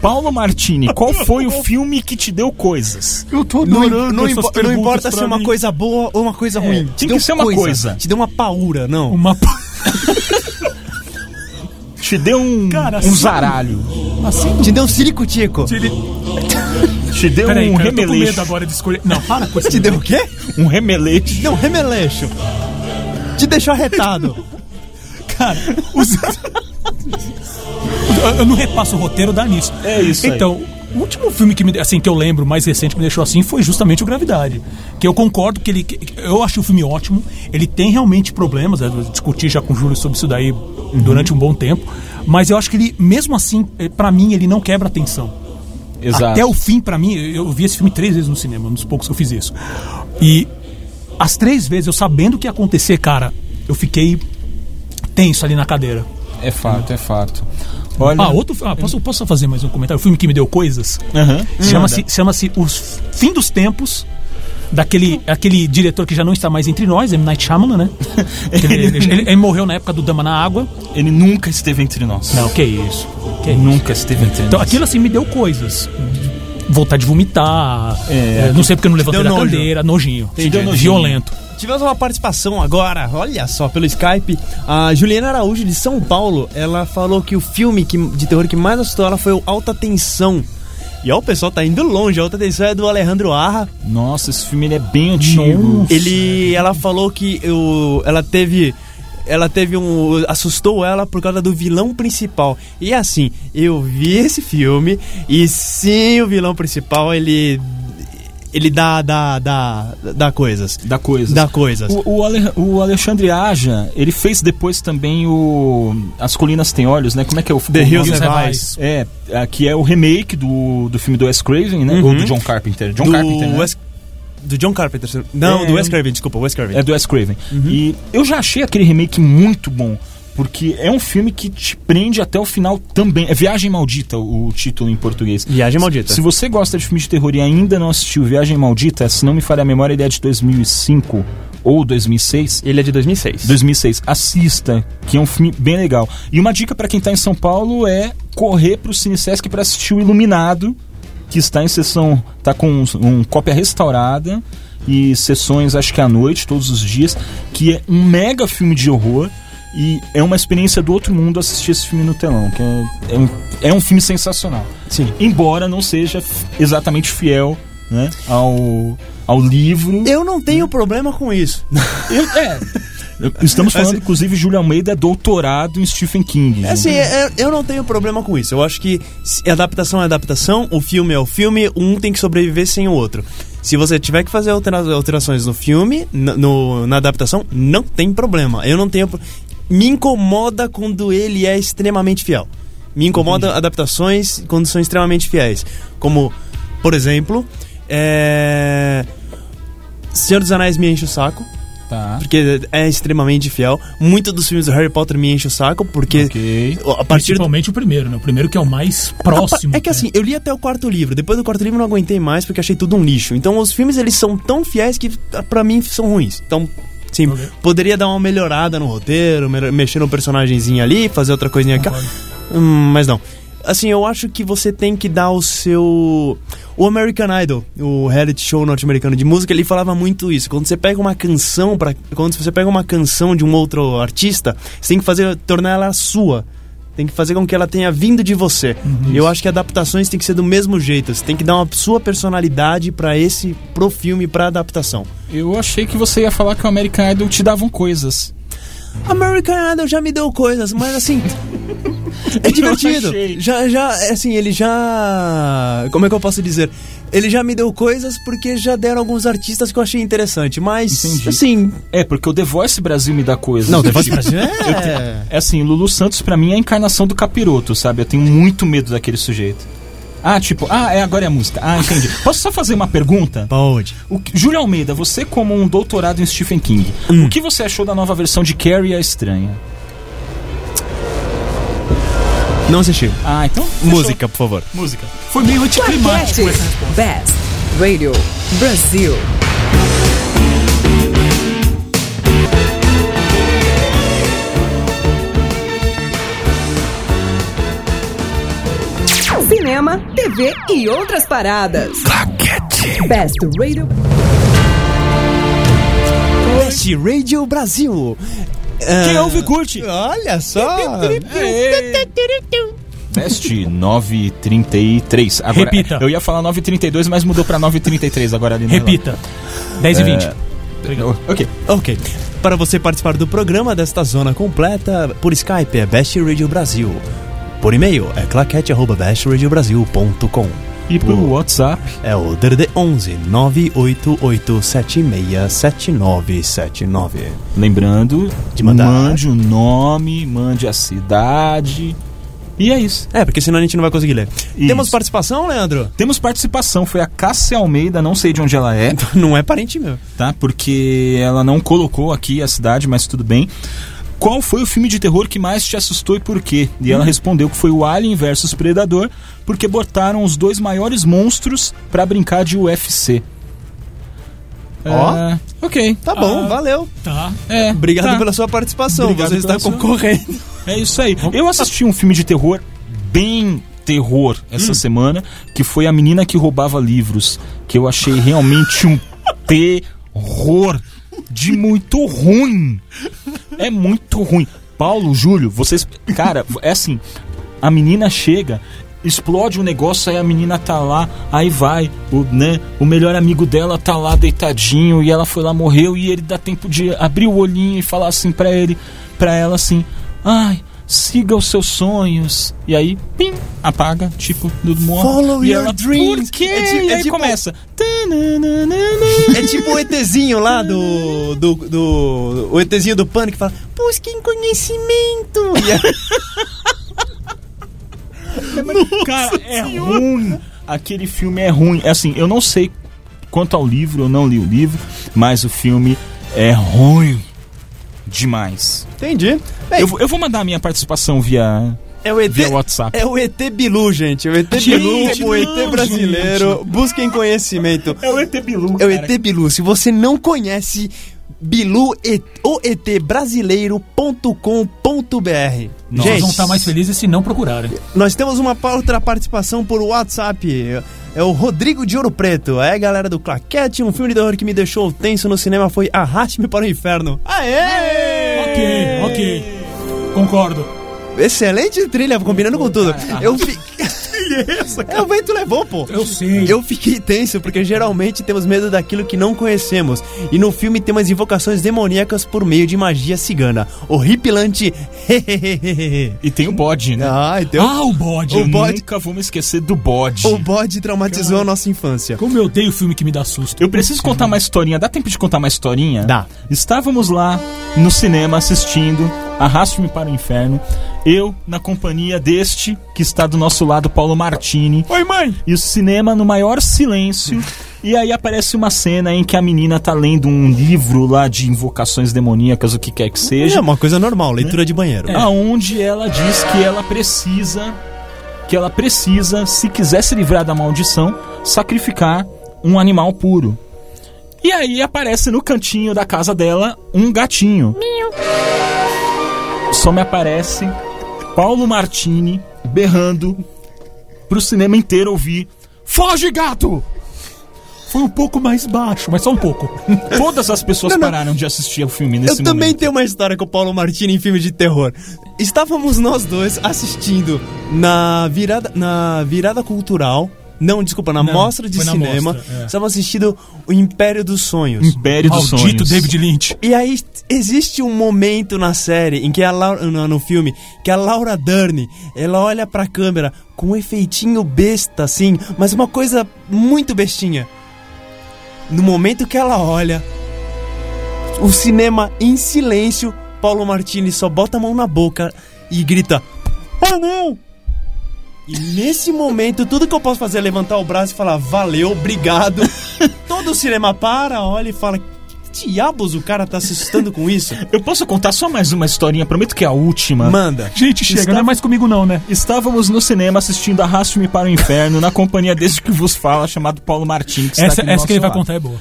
[SPEAKER 4] Paulo Martini, qual foi o filme que te deu coisas?
[SPEAKER 6] Eu tô
[SPEAKER 2] Não,
[SPEAKER 6] doido
[SPEAKER 2] não,
[SPEAKER 6] com
[SPEAKER 2] não
[SPEAKER 6] essas
[SPEAKER 2] impo- não
[SPEAKER 6] perguntas
[SPEAKER 2] importa
[SPEAKER 6] pra
[SPEAKER 2] se é uma
[SPEAKER 6] mim.
[SPEAKER 2] coisa boa ou uma coisa ruim. Te
[SPEAKER 4] tem
[SPEAKER 2] deu
[SPEAKER 4] que ser uma coisa.
[SPEAKER 2] Te deu uma paura, não.
[SPEAKER 5] Uma.
[SPEAKER 4] Te deu um,
[SPEAKER 5] Cara,
[SPEAKER 4] um
[SPEAKER 5] sim.
[SPEAKER 4] zaralho.
[SPEAKER 5] Assim,
[SPEAKER 2] Te deu um cirico-tico.
[SPEAKER 4] Te deu
[SPEAKER 5] Peraí,
[SPEAKER 4] um
[SPEAKER 5] cara, eu tô com medo
[SPEAKER 4] remeleixo.
[SPEAKER 5] agora de escolher. Não, para com isso.
[SPEAKER 2] Te deu o quê?
[SPEAKER 4] Um remeleixo.
[SPEAKER 2] Não, remeleixo. Te deixou arretado.
[SPEAKER 5] um Cara, os- Eu- eu não repasso o roteiro, dá nisso.
[SPEAKER 4] É isso aí.
[SPEAKER 5] Então, o último filme que, me, assim, que eu lembro, mais recente, que me deixou assim, foi justamente o Gravidade. Que eu concordo que ele. que- que eu achei o filme ótimo. Ele tem realmente problemas. né? Eu discuti já com o Júlio sobre isso daí durante um bom tempo. Mas eu acho que ele, mesmo assim, eh, pra mim, ele não quebra a tensão. Até o fim, pra mim, eu eu vi esse filme três vezes no cinema, um dos poucos que eu fiz isso. E as três vezes, eu sabendo o que ia acontecer, cara, eu fiquei tenso ali na cadeira.
[SPEAKER 4] É fato, é fato. Olha.
[SPEAKER 5] Ah, outro. Ah, posso, posso fazer mais um comentário? O filme que me deu coisas
[SPEAKER 4] Aham.
[SPEAKER 5] chama-se chama-se Os Fim dos Tempos. Daquele aquele diretor que já não está mais entre nós, M. Night Shyamalan, né? ele, ele- ele- ele morreu na época do Dama na Água.
[SPEAKER 4] Ele nunca esteve entre nós.
[SPEAKER 5] Não, que isso. Que isso.
[SPEAKER 4] Nunca esteve entre
[SPEAKER 5] Então
[SPEAKER 4] nós.
[SPEAKER 5] aquilo assim me deu coisas. Vontade de vomitar.
[SPEAKER 4] É,
[SPEAKER 5] eh, não sei porque eu não levantei
[SPEAKER 2] deu
[SPEAKER 5] da
[SPEAKER 2] nojo.
[SPEAKER 5] cadeira, nojinho.
[SPEAKER 4] Te deu nojinho.
[SPEAKER 5] Violento.
[SPEAKER 2] Tivemos uma participação agora, olha só, pelo Skype. A Juliana Araújo, de São Paulo, ela falou que o filme que, de terror que mais assustou ela foi o Alta Tensão. E ó, o pessoal tá indo longe. A Alta Tensão é do Alejandro Arra.
[SPEAKER 4] Nossa, esse filme ele é bem antigo.
[SPEAKER 2] Ele, ela falou que o, ela teve... Ela teve um. assustou ela por causa do vilão principal. E assim, eu vi esse filme e sim, o vilão principal ele. Ele dá. dá. dá. dá coisas.
[SPEAKER 4] Da coisa.
[SPEAKER 2] Dá coisas.
[SPEAKER 4] O, o, Ale- o Alexandre Aja, ele fez depois também o As Colinas Tem Olhos, né? Como é que é o
[SPEAKER 2] The
[SPEAKER 4] o
[SPEAKER 2] Hills
[SPEAKER 4] nome?
[SPEAKER 5] Hills
[SPEAKER 2] Have
[SPEAKER 5] Have
[SPEAKER 2] Eyes.
[SPEAKER 4] É, a- que é o remake do, do filme do Wes Craven, né? Ou do John Carpenter. John
[SPEAKER 2] do
[SPEAKER 4] Carpenter, né?
[SPEAKER 2] Wes- do John Carpenter. Não,
[SPEAKER 4] É,
[SPEAKER 2] do Wes
[SPEAKER 4] eu-
[SPEAKER 2] Craven, desculpa, Wes Craven.
[SPEAKER 4] É do Wes Craven. E eu já achei aquele remake muito bom. Porque é um filme que te prende até o final também. É Viagem Maldita o o título em português.
[SPEAKER 2] Viagem Maldita.
[SPEAKER 4] Se você gosta de filme de terror e ainda não assistiu Viagem Maldita, se não me falha a memória, ele é de 2005 ou 2006.
[SPEAKER 2] Ele é de 2006.
[SPEAKER 4] 2006. Assista, que é um filme bem legal. E uma dica pra quem tá em São Paulo é correr pro CineSesc pra assistir o Iluminado, que está em sessão, tá com um, um cópia restaurada e sessões acho que à noite, todos os dias, que é um mega filme de horror. E é uma experiência do outro mundo assistir esse filme no telão, que é, é um, é um filme sensacional.
[SPEAKER 2] Sim.
[SPEAKER 4] Embora não seja f- exatamente fiel né, ao, ao livro.
[SPEAKER 2] Eu não tenho problema com isso.
[SPEAKER 4] Eu- é. Estamos falando, inclusive, Júlio Almeida é doutorado em Stephen King. né?
[SPEAKER 2] É assim, é- é- eu não tenho problema com isso. Eu acho que se- adaptação é adaptação, o filme é o filme, um tem que sobreviver sem o outro. Se você tiver que fazer altera- alterações no filme, n- no, na adaptação, não tem problema. Eu não tenho. pro- Me incomoda quando ele é extremamente fiel. Me incomoda adaptações quando são extremamente fiéis. Como, por exemplo, é... Senhor dos Anéis me enche o saco.
[SPEAKER 4] Tá.
[SPEAKER 2] Porque é extremamente fiel. Muito dos filmes do Harry Potter me enche o saco, porque
[SPEAKER 4] Ok.
[SPEAKER 2] a partir do.
[SPEAKER 5] Principalmente o primeiro, né? O primeiro que é o mais próximo.
[SPEAKER 2] É que
[SPEAKER 5] né?
[SPEAKER 2] assim, eu li até o quarto livro. Depois do quarto livro eu não aguentei mais porque achei tudo um lixo. Então os filmes eles são tão fiéis que ah, pra mim são ruins. Então, sim,
[SPEAKER 5] Ok.
[SPEAKER 2] poderia dar uma melhorada no roteiro, me- mexer no personagemzinho ali, fazer outra coisinha aqui.
[SPEAKER 5] Concordo.
[SPEAKER 2] Hum, mas não. Assim, eu acho que você tem que dar o seu. O American Idol, o reality show norte-americano de música, ele falava muito isso. Quando você pega uma canção para Quando você pega uma canção de um outro artista, você tem que fazer tornar ela sua. Tem que fazer com que ela tenha vindo de você. E eu acho que adaptações tem que ser do mesmo jeito. Você tem que dar uma sua personalidade para esse, pro filme, pra adaptação.
[SPEAKER 4] Eu achei que você ia falar que o American Idol te davam coisas.
[SPEAKER 2] American Idol já me deu coisas, mas assim. é divertido.
[SPEAKER 4] achei.
[SPEAKER 2] Já, já, assim, ele já. Como é que eu posso dizer? Ele já me deu coisas porque já deram alguns artistas que eu achei interessante, mas.
[SPEAKER 4] Entendi.
[SPEAKER 2] Assim.
[SPEAKER 4] É, porque o The Voice Brasil me dá coisas. Tipo,
[SPEAKER 2] É.
[SPEAKER 4] É assim, Lulu Santos pra mim é a encarnação do capiroto, sabe? Eu tenho muito medo daquele sujeito. Ah, tipo, ah, é, agora é a música. Ah, entendi. Posso só fazer uma pergunta?
[SPEAKER 2] Pode.
[SPEAKER 4] O que- Júlio Almeida, você como um doutorado em Stephen King, o que você achou da nova versão de Carrie a Estranha?
[SPEAKER 2] Não assisti.
[SPEAKER 4] Ah, então.
[SPEAKER 2] Música, por favor.
[SPEAKER 5] Música. Foi meio
[SPEAKER 3] Claquete.
[SPEAKER 5] anticlimático essa resposta.
[SPEAKER 3] Best Radio Brasil. Cinema, TV e outras paradas. Claquete. Best Radio.
[SPEAKER 2] West Radio Brasil. é.
[SPEAKER 4] Quem ouve, curte.
[SPEAKER 2] Olha só.
[SPEAKER 4] Best 933. Agora,
[SPEAKER 5] Repita.
[SPEAKER 4] Eu ia falar 932, mas mudou pra 933 agora ali. na-
[SPEAKER 5] Repita. 10 e
[SPEAKER 4] É.
[SPEAKER 5] 20.
[SPEAKER 4] Ok.
[SPEAKER 2] Ok. Para você participar do programa desta zona completa, por Skype é Best Radio Brasil. Por e-mail é claquete.bestradiobrasil.com.
[SPEAKER 4] E pro
[SPEAKER 2] Pô.
[SPEAKER 4] WhatsApp.
[SPEAKER 2] É o DDD 11 988767979.
[SPEAKER 4] Lembrando,
[SPEAKER 2] De mandar.
[SPEAKER 4] mande o nome, mande a cidade. E é isso.
[SPEAKER 2] É, porque senão a gente não vai conseguir ler.
[SPEAKER 4] Isso.
[SPEAKER 2] Temos participação, Leandro?
[SPEAKER 4] Temos participação, foi a Cássia Almeida, não sei de onde ela é,
[SPEAKER 2] Não é parente meu.
[SPEAKER 4] tá? Porque ela não colocou aqui a cidade, mas tudo bem. Qual foi o filme de terror que mais te assustou e por quê? E
[SPEAKER 2] Hum.
[SPEAKER 4] ela respondeu que foi o Alien versus Predador, porque botaram os dois maiores monstros pra brincar de UFC.
[SPEAKER 2] Ó.
[SPEAKER 4] É, ok.
[SPEAKER 2] Tá bom, valeu.
[SPEAKER 5] Tá.
[SPEAKER 4] É,
[SPEAKER 2] Obrigado
[SPEAKER 4] tá.
[SPEAKER 2] pela sua participação.
[SPEAKER 4] Obrigado
[SPEAKER 2] Você está
[SPEAKER 4] pela sua-
[SPEAKER 2] concorrendo.
[SPEAKER 4] É isso aí. Eu assisti um filme de terror bem terror essa semana, que foi A Menina que Roubava Livros, que eu achei realmente um terror de muito ruim. É muito ruim. Paulo, Júlio, vocês, cara, é assim, a menina chega Explode o negócio, aí a menina tá lá, aí vai, o, né, o melhor amigo dela tá lá deitadinho e ela foi lá, morreu, e ele dá tempo de abrir o olhinho e falar assim pra ele, pra ela assim, ai, siga os seus sonhos. E aí, pim, apaga, tipo, do morre.
[SPEAKER 2] Follow
[SPEAKER 4] e
[SPEAKER 2] your
[SPEAKER 4] ela,
[SPEAKER 2] dreams.
[SPEAKER 4] Por quê?
[SPEAKER 2] É ti- é
[SPEAKER 4] e aí
[SPEAKER 2] tipo-
[SPEAKER 4] começa.
[SPEAKER 2] É tipo o ETzinho lá do. do, do o ETzinho do pânico que fala: Busquem conhecimento. E aí-
[SPEAKER 4] Cara, é ruim. Aquele filme é ruim. É assim, eu não sei quanto ao livro, eu não li o livro, mas o filme é ruim demais.
[SPEAKER 2] Entendi. Bem,
[SPEAKER 4] Eu, vou- eu vou mandar a minha participação via,
[SPEAKER 2] é o ET.
[SPEAKER 4] via WhatsApp.
[SPEAKER 2] É o ET Bilu, gente. É O ET
[SPEAKER 4] Gente,
[SPEAKER 2] Bilu, o
[SPEAKER 4] não,
[SPEAKER 2] ET brasileiro.
[SPEAKER 4] gente.
[SPEAKER 2] Busquem conhecimento.
[SPEAKER 4] o ET Bilu.
[SPEAKER 2] É o ET Bilu. Se você não conhece, Bilu e- o ET brasileiro.com.br.
[SPEAKER 4] Nós tá
[SPEAKER 5] Vocês
[SPEAKER 2] Gente,
[SPEAKER 5] vão estar mais felizes se não procurarem.
[SPEAKER 2] nós temos uma outra participação por WhatsApp. É o Rodrigo de Ouro Preto. É, galera do Claquete. Um filme de terror que me deixou tenso no cinema foi Arraste-me para o Inferno. Aê!
[SPEAKER 5] Ok, ok. Concordo.
[SPEAKER 2] Excelente trilha, combinando com tudo. Eu fi... É, o vento levou, pô.
[SPEAKER 5] Eu sei.
[SPEAKER 2] Eu fiquei tenso porque geralmente temos medo daquilo que não conhecemos. E no filme tem umas invocações demoníacas por meio de magia cigana. Horripilante.
[SPEAKER 4] E tem o bode, né?
[SPEAKER 2] ah, então.
[SPEAKER 5] Ah, o bode.
[SPEAKER 2] O bode.
[SPEAKER 4] Nunca vou me esquecer do bode.
[SPEAKER 2] O bode traumatizou a nossa infância.
[SPEAKER 5] Como eu odeio filme que me dá susto.
[SPEAKER 4] Eu preciso contar uma historinha. Dá tempo de contar uma historinha?
[SPEAKER 2] Dá.
[SPEAKER 4] Estávamos lá no cinema assistindo Arraste-me para o Inferno. Eu, na companhia deste, que está do nosso lado, Paulo Martini.
[SPEAKER 2] Oi, mãe!
[SPEAKER 4] E o cinema no maior silêncio. E aí aparece uma cena em que a menina tá lendo um livro lá de invocações demoníacas, o que quer que seja.
[SPEAKER 2] É uma coisa normal, leitura de banheiro.
[SPEAKER 5] É.
[SPEAKER 4] aonde ela diz que ela precisa que ela precisa, se quiser se livrar da maldição, sacrificar um animal puro. E aí aparece no cantinho da casa dela um gatinho. Só me aparece Paulo Martini berrando pro cinema inteiro ouvir: "Foge, gato!"
[SPEAKER 5] Foi um pouco mais baixo, mas só um pouco.
[SPEAKER 4] Todas as pessoas
[SPEAKER 2] Não, não.
[SPEAKER 4] pararam de assistir o filme
[SPEAKER 2] Eu
[SPEAKER 4] nesse
[SPEAKER 2] também
[SPEAKER 4] momento.
[SPEAKER 2] tenho uma história com o Paulo Martini em filme de terror. Estávamos nós dois assistindo na virada, na virada cultural. Não, desculpa, na
[SPEAKER 5] Não,
[SPEAKER 2] mostra de
[SPEAKER 5] foi na
[SPEAKER 2] cinema.
[SPEAKER 5] mostra, é.
[SPEAKER 2] Estávamos assistindo O Império dos Sonhos.
[SPEAKER 4] Império dos
[SPEAKER 5] Maldito
[SPEAKER 4] Sonhos.
[SPEAKER 5] David Lynch.
[SPEAKER 2] E aí existe um momento na série em que a Laura, no, no filme, que a Laura Dern, ela olha pra câmera com um efeitinho besta assim, mas uma coisa muito bestinha. No momento que ela olha, o cinema em silêncio, Paulo Martini só bota a mão na boca e grita: "Ah, não!" E nesse momento, tudo que eu posso fazer é levantar o braço e falar: "Valeu, obrigado". Todo o cinema para, olha e fala: diabos o cara tá se assustando com isso?
[SPEAKER 4] Eu posso contar só mais uma historinha, prometo que é a última.
[SPEAKER 2] Manda.
[SPEAKER 5] Gente, chega,
[SPEAKER 4] Está-
[SPEAKER 5] não é mais comigo não, né?
[SPEAKER 4] Estávamos no cinema assistindo Arraste-me para o Inferno, na companhia desse que vos fala, chamado Paulo Martins. Que
[SPEAKER 5] Essa,
[SPEAKER 4] está aqui do
[SPEAKER 5] essa que ele
[SPEAKER 4] nosso
[SPEAKER 5] vai
[SPEAKER 4] lado.
[SPEAKER 5] contar é boa.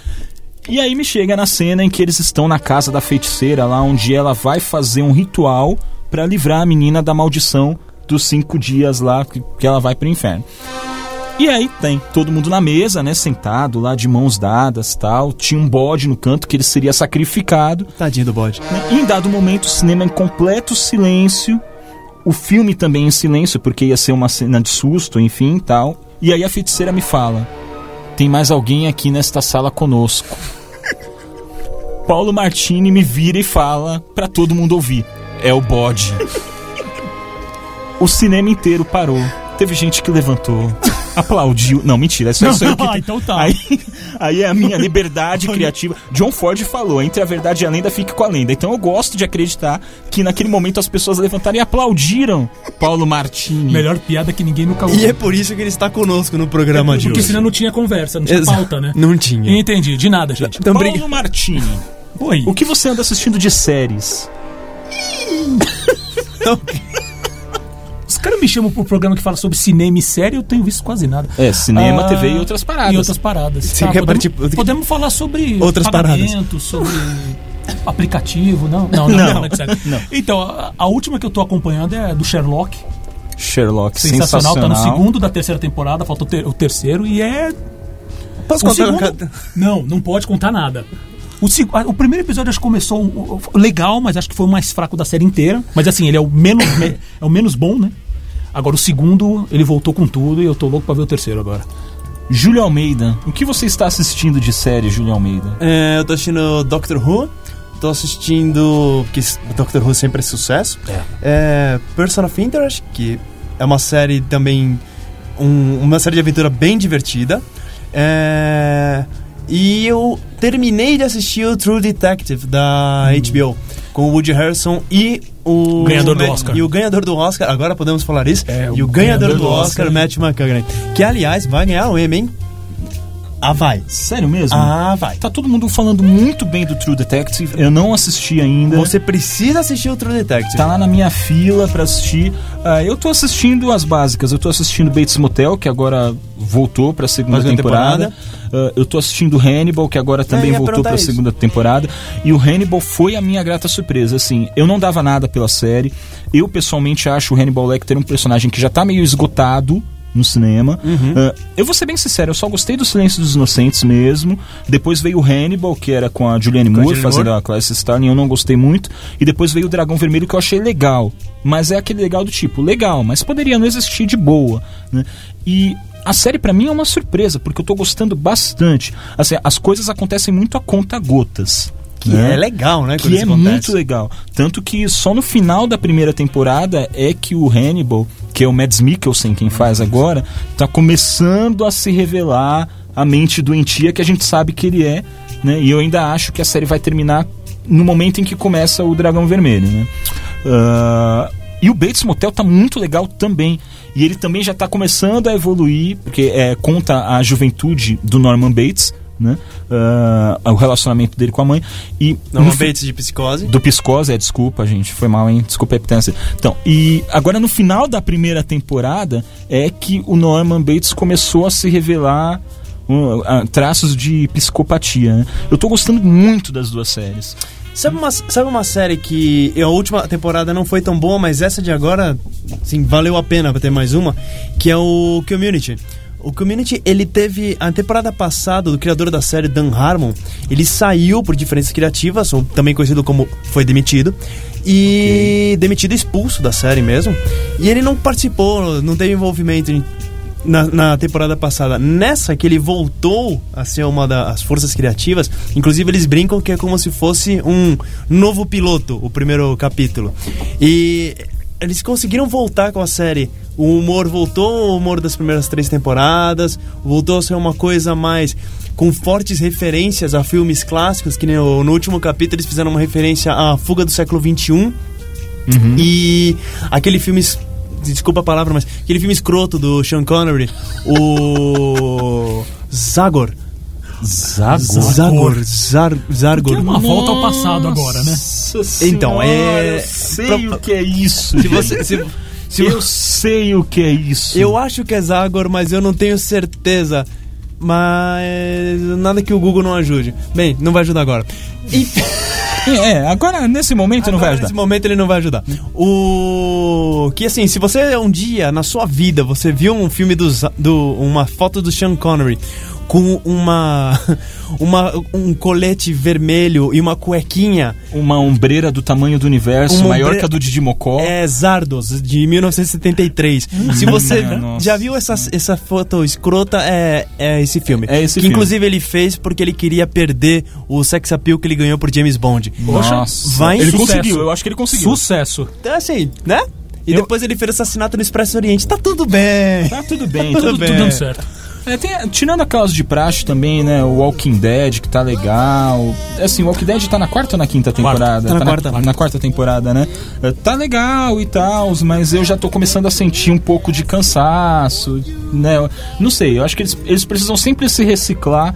[SPEAKER 4] E aí me chega na cena em que eles estão na casa da feiticeira, lá onde ela vai fazer um ritual pra livrar a menina da maldição dos cinco dias lá que, que ela vai pro inferno. E aí tem todo mundo na mesa, né, sentado lá de mãos dadas, tal. Tinha um bode no canto que ele seria sacrificado.
[SPEAKER 2] Tadinho do bode.
[SPEAKER 4] né? E em dado momento, o cinema é em completo silêncio, o filme também em silêncio, porque ia ser uma cena de susto, enfim, tal. E aí a feiticeira me fala: "Tem mais alguém aqui nesta sala conosco?" Paulo Martini me vira e fala pra todo mundo ouvir: "É o bode." o cinema inteiro parou. Teve gente que levantou, aplaudiu. Não, mentira, isso é só eu que
[SPEAKER 5] Ah, então tá.
[SPEAKER 4] Aí, aí é a minha liberdade criativa. John Ford falou: entre a verdade e a lenda, fique com a lenda. Então eu gosto de acreditar que naquele momento as pessoas levantaram e aplaudiram Paulo Martini.
[SPEAKER 5] Melhor piada que ninguém nunca ouviu.
[SPEAKER 2] E é por isso que ele está conosco no programa de
[SPEAKER 5] Porque
[SPEAKER 2] hoje.
[SPEAKER 5] senão não tinha conversa, não tinha
[SPEAKER 2] Exa-
[SPEAKER 5] pauta, né?
[SPEAKER 2] Não tinha.
[SPEAKER 5] Entendi, de nada, gente.
[SPEAKER 2] Então,
[SPEAKER 4] Paulo
[SPEAKER 2] briga-
[SPEAKER 4] Martini,
[SPEAKER 5] Oi.
[SPEAKER 4] o que você anda assistindo de séries?
[SPEAKER 5] Os caras me chamam pro programa que fala sobre cinema e série, eu tenho visto quase nada.
[SPEAKER 4] É, cinema,
[SPEAKER 5] Ah,
[SPEAKER 4] TV e outras paradas.
[SPEAKER 5] E outras paradas. tá?
[SPEAKER 2] Você quer
[SPEAKER 5] podemos,
[SPEAKER 2] partir-
[SPEAKER 5] podemos falar sobre
[SPEAKER 2] Outras
[SPEAKER 5] pagamento, sobre aplicativo, não? Não, não,
[SPEAKER 4] Não.
[SPEAKER 5] não. de série.
[SPEAKER 4] Não.
[SPEAKER 5] Então, a, a última que eu tô acompanhando é a do Sherlock.
[SPEAKER 4] Sherlock,
[SPEAKER 5] Sensacional,
[SPEAKER 4] sensacional.
[SPEAKER 5] tá no segundo da terceira temporada, falta o, ter- o terceiro e é
[SPEAKER 2] Posso
[SPEAKER 5] o
[SPEAKER 2] contar um
[SPEAKER 5] segundo-
[SPEAKER 2] ca-
[SPEAKER 5] Não, não pode contar nada. O, seg- ah, o primeiro episódio acho que começou o- o- legal, mas acho que foi o mais fraco da série inteira. Mas assim, ele é o menos, me- é o menos bom, né? Agora o segundo, ele voltou com tudo e eu tô louco pra ver o terceiro agora.
[SPEAKER 4] Júlio Almeida, o que você está assistindo de série, Júlio Almeida?
[SPEAKER 2] É, eu tô assistindo Doctor Who. Tô assistindo. Que s- Doctor Who sempre é sucesso. É, Person of Interest, que é uma série também. um- uma série de aventura bem divertida. É, e eu terminei de assistir o True Detective da HBO. Com o Woody Harrison e o.
[SPEAKER 5] Hum. Ganhador do
[SPEAKER 2] Ma-
[SPEAKER 5] Oscar.
[SPEAKER 2] E o ganhador do Oscar, agora podemos falar isso.
[SPEAKER 5] É, o
[SPEAKER 2] e o ganhador,
[SPEAKER 5] ganhador
[SPEAKER 2] do
[SPEAKER 5] do
[SPEAKER 2] Oscar,
[SPEAKER 5] Oscar.
[SPEAKER 2] Matt McConaughey. Que, aliás, vai ganhar o Emmy, hein? Ah, vai.
[SPEAKER 4] Sério
[SPEAKER 5] Hum.
[SPEAKER 4] mesmo?
[SPEAKER 2] Ah, vai.
[SPEAKER 4] Tá todo mundo falando muito bem do True Detective. Eu não assisti ainda.
[SPEAKER 2] Você precisa assistir o True Detective.
[SPEAKER 4] Né? Tá lá na minha fila pra assistir. Ah, eu tô assistindo as básicas. Eu tô assistindo Bates Motel, que agora voltou pra segunda
[SPEAKER 2] Segunda
[SPEAKER 4] temporada. Ah, eu tô assistindo Hannibal, que agora também
[SPEAKER 2] É, ia
[SPEAKER 4] voltou
[SPEAKER 2] perguntar
[SPEAKER 4] pra
[SPEAKER 2] isso.
[SPEAKER 4] segunda temporada. E o Hannibal foi a minha grata surpresa. Assim, eu não dava nada pela série. Eu pessoalmente acho o Hannibal Lecter um personagem que já tá meio esgotado no cinema.
[SPEAKER 2] Uhum.
[SPEAKER 4] Ah, eu vou ser bem sincero, eu só gostei do Silêncio dos Inocentes mesmo. Depois veio o Hannibal, que era com a Julianne
[SPEAKER 2] a
[SPEAKER 4] Moore
[SPEAKER 2] Julianne
[SPEAKER 4] fazendo
[SPEAKER 2] Moore.
[SPEAKER 4] a a Clarice Starling, eu não gostei muito. E depois veio o Dragão Vermelho, que eu achei legal. Mas é aquele legal do tipo, legal, mas poderia não existir de boa, né? E... A série pra mim é uma surpresa, porque eu tô gostando bastante. Assim, as coisas acontecem muito a conta gotas.
[SPEAKER 2] Que é legal, né? quando
[SPEAKER 4] Que
[SPEAKER 2] isso
[SPEAKER 4] é
[SPEAKER 2] acontece.
[SPEAKER 4] muito legal. Tanto que só no final da primeira temporada é que o Hannibal, que é o Mads Mikkelsen quem faz agora, tá começando a se revelar a mente doentia que a gente sabe que ele é, né? E eu ainda acho que a série vai terminar no momento em que começa o Dragão Vermelho, né? Ah, e o Bates Motel tá muito legal também. E ele também já tá começando a evoluir, porque é, conta a juventude do Norman Bates, né? Ah, o relacionamento dele com a mãe. E
[SPEAKER 2] Norman
[SPEAKER 4] no fi-
[SPEAKER 2] Bates de psicose.
[SPEAKER 4] do Piscose, é, desculpa, gente, foi mal, hein? Desculpa a repetência. Então, e agora no final da primeira temporada é que o Norman Bates começou a se revelar um, ah, traços de psicopatia. né? Eu tô gostando muito das duas séries.
[SPEAKER 2] Sabe uma, sabe uma série que a última temporada não foi tão boa, mas essa de agora, sim, valeu a pena pra ter mais uma, que é o Community. O Community, ele teve. A temporada passada, do criador da série, Dan Harmon, ele saiu por diferenças criativas, ou também conhecido como Foi Demitido. E demitido expulso da série mesmo. E ele não participou, não teve envolvimento em na, na temporada passada. Nessa que ele voltou a ser uma das forças criativas, inclusive eles brincam que é como se fosse um novo piloto, o primeiro capítulo. E eles conseguiram voltar com a série. O humor voltou ao humor das primeiras três temporadas, voltou a ser uma coisa mais com fortes referências a filmes clássicos, que nem o- no último capítulo eles fizeram uma referência à Fuga do Século um, XXI, e aquele filme. es- Desculpa a palavra, mas. Aquele filme escroto do Sean Connery, o. Zagor.
[SPEAKER 4] Zagor.
[SPEAKER 2] Zagor. Zar, Zargor.
[SPEAKER 5] Que é uma volta ao passado agora, né?
[SPEAKER 2] Então, é-
[SPEAKER 4] Eu sei o que é isso.
[SPEAKER 2] Se você. Se, se
[SPEAKER 4] Eu sei o que é isso.
[SPEAKER 2] Eu acho que é Zagor, mas eu não tenho certeza. Mas nada que o Google não ajude. Bem, não vai ajudar agora.
[SPEAKER 4] É, agora nesse momento não vai
[SPEAKER 2] Agora,
[SPEAKER 4] ajudar.
[SPEAKER 2] Nesse momento ele não vai ajudar. O que assim, se você um dia na sua vida você viu um filme do, Za- do uma foto do Sean Connery com uma uma um colete vermelho e uma cuequinha
[SPEAKER 4] Uma ombreira do tamanho do universo,
[SPEAKER 2] Uma
[SPEAKER 4] maior
[SPEAKER 2] ombreira-
[SPEAKER 4] que a do Didi Mocó.
[SPEAKER 2] É Zardos, de 1973. Se você
[SPEAKER 4] Minha Hum. nossa.
[SPEAKER 2] já viu essa, essa foto escrota, é, é esse filme.
[SPEAKER 4] É esse
[SPEAKER 2] que
[SPEAKER 4] filme.
[SPEAKER 2] inclusive ele fez porque ele queria perder o sex appeal que ele ganhou por James Bond.
[SPEAKER 4] Nossa.
[SPEAKER 2] vai em
[SPEAKER 4] ele
[SPEAKER 5] sucesso.
[SPEAKER 4] conseguiu, eu acho que ele conseguiu.
[SPEAKER 5] Sucesso.
[SPEAKER 2] Então assim, né? E
[SPEAKER 4] Eu-
[SPEAKER 2] depois ele fez assassinato no Expresso Oriente. Tá tudo bem.
[SPEAKER 4] Tá tudo bem,
[SPEAKER 5] Tudo,
[SPEAKER 4] tudo
[SPEAKER 5] tudo
[SPEAKER 4] bem.
[SPEAKER 5] dando certo.
[SPEAKER 4] É, tem- tirando aquelas de praxe também, né? O Walking Dead, que tá legal. É Assim, o Walking Dead tá na quarta ou na quinta temporada?
[SPEAKER 2] tá na quarta.
[SPEAKER 4] na quarta temporada, né? É, Tá legal e tal, mas eu já tô começando a sentir um pouco de cansaço, né? Eu- Não sei, eu acho que eles, eles precisam sempre se reciclar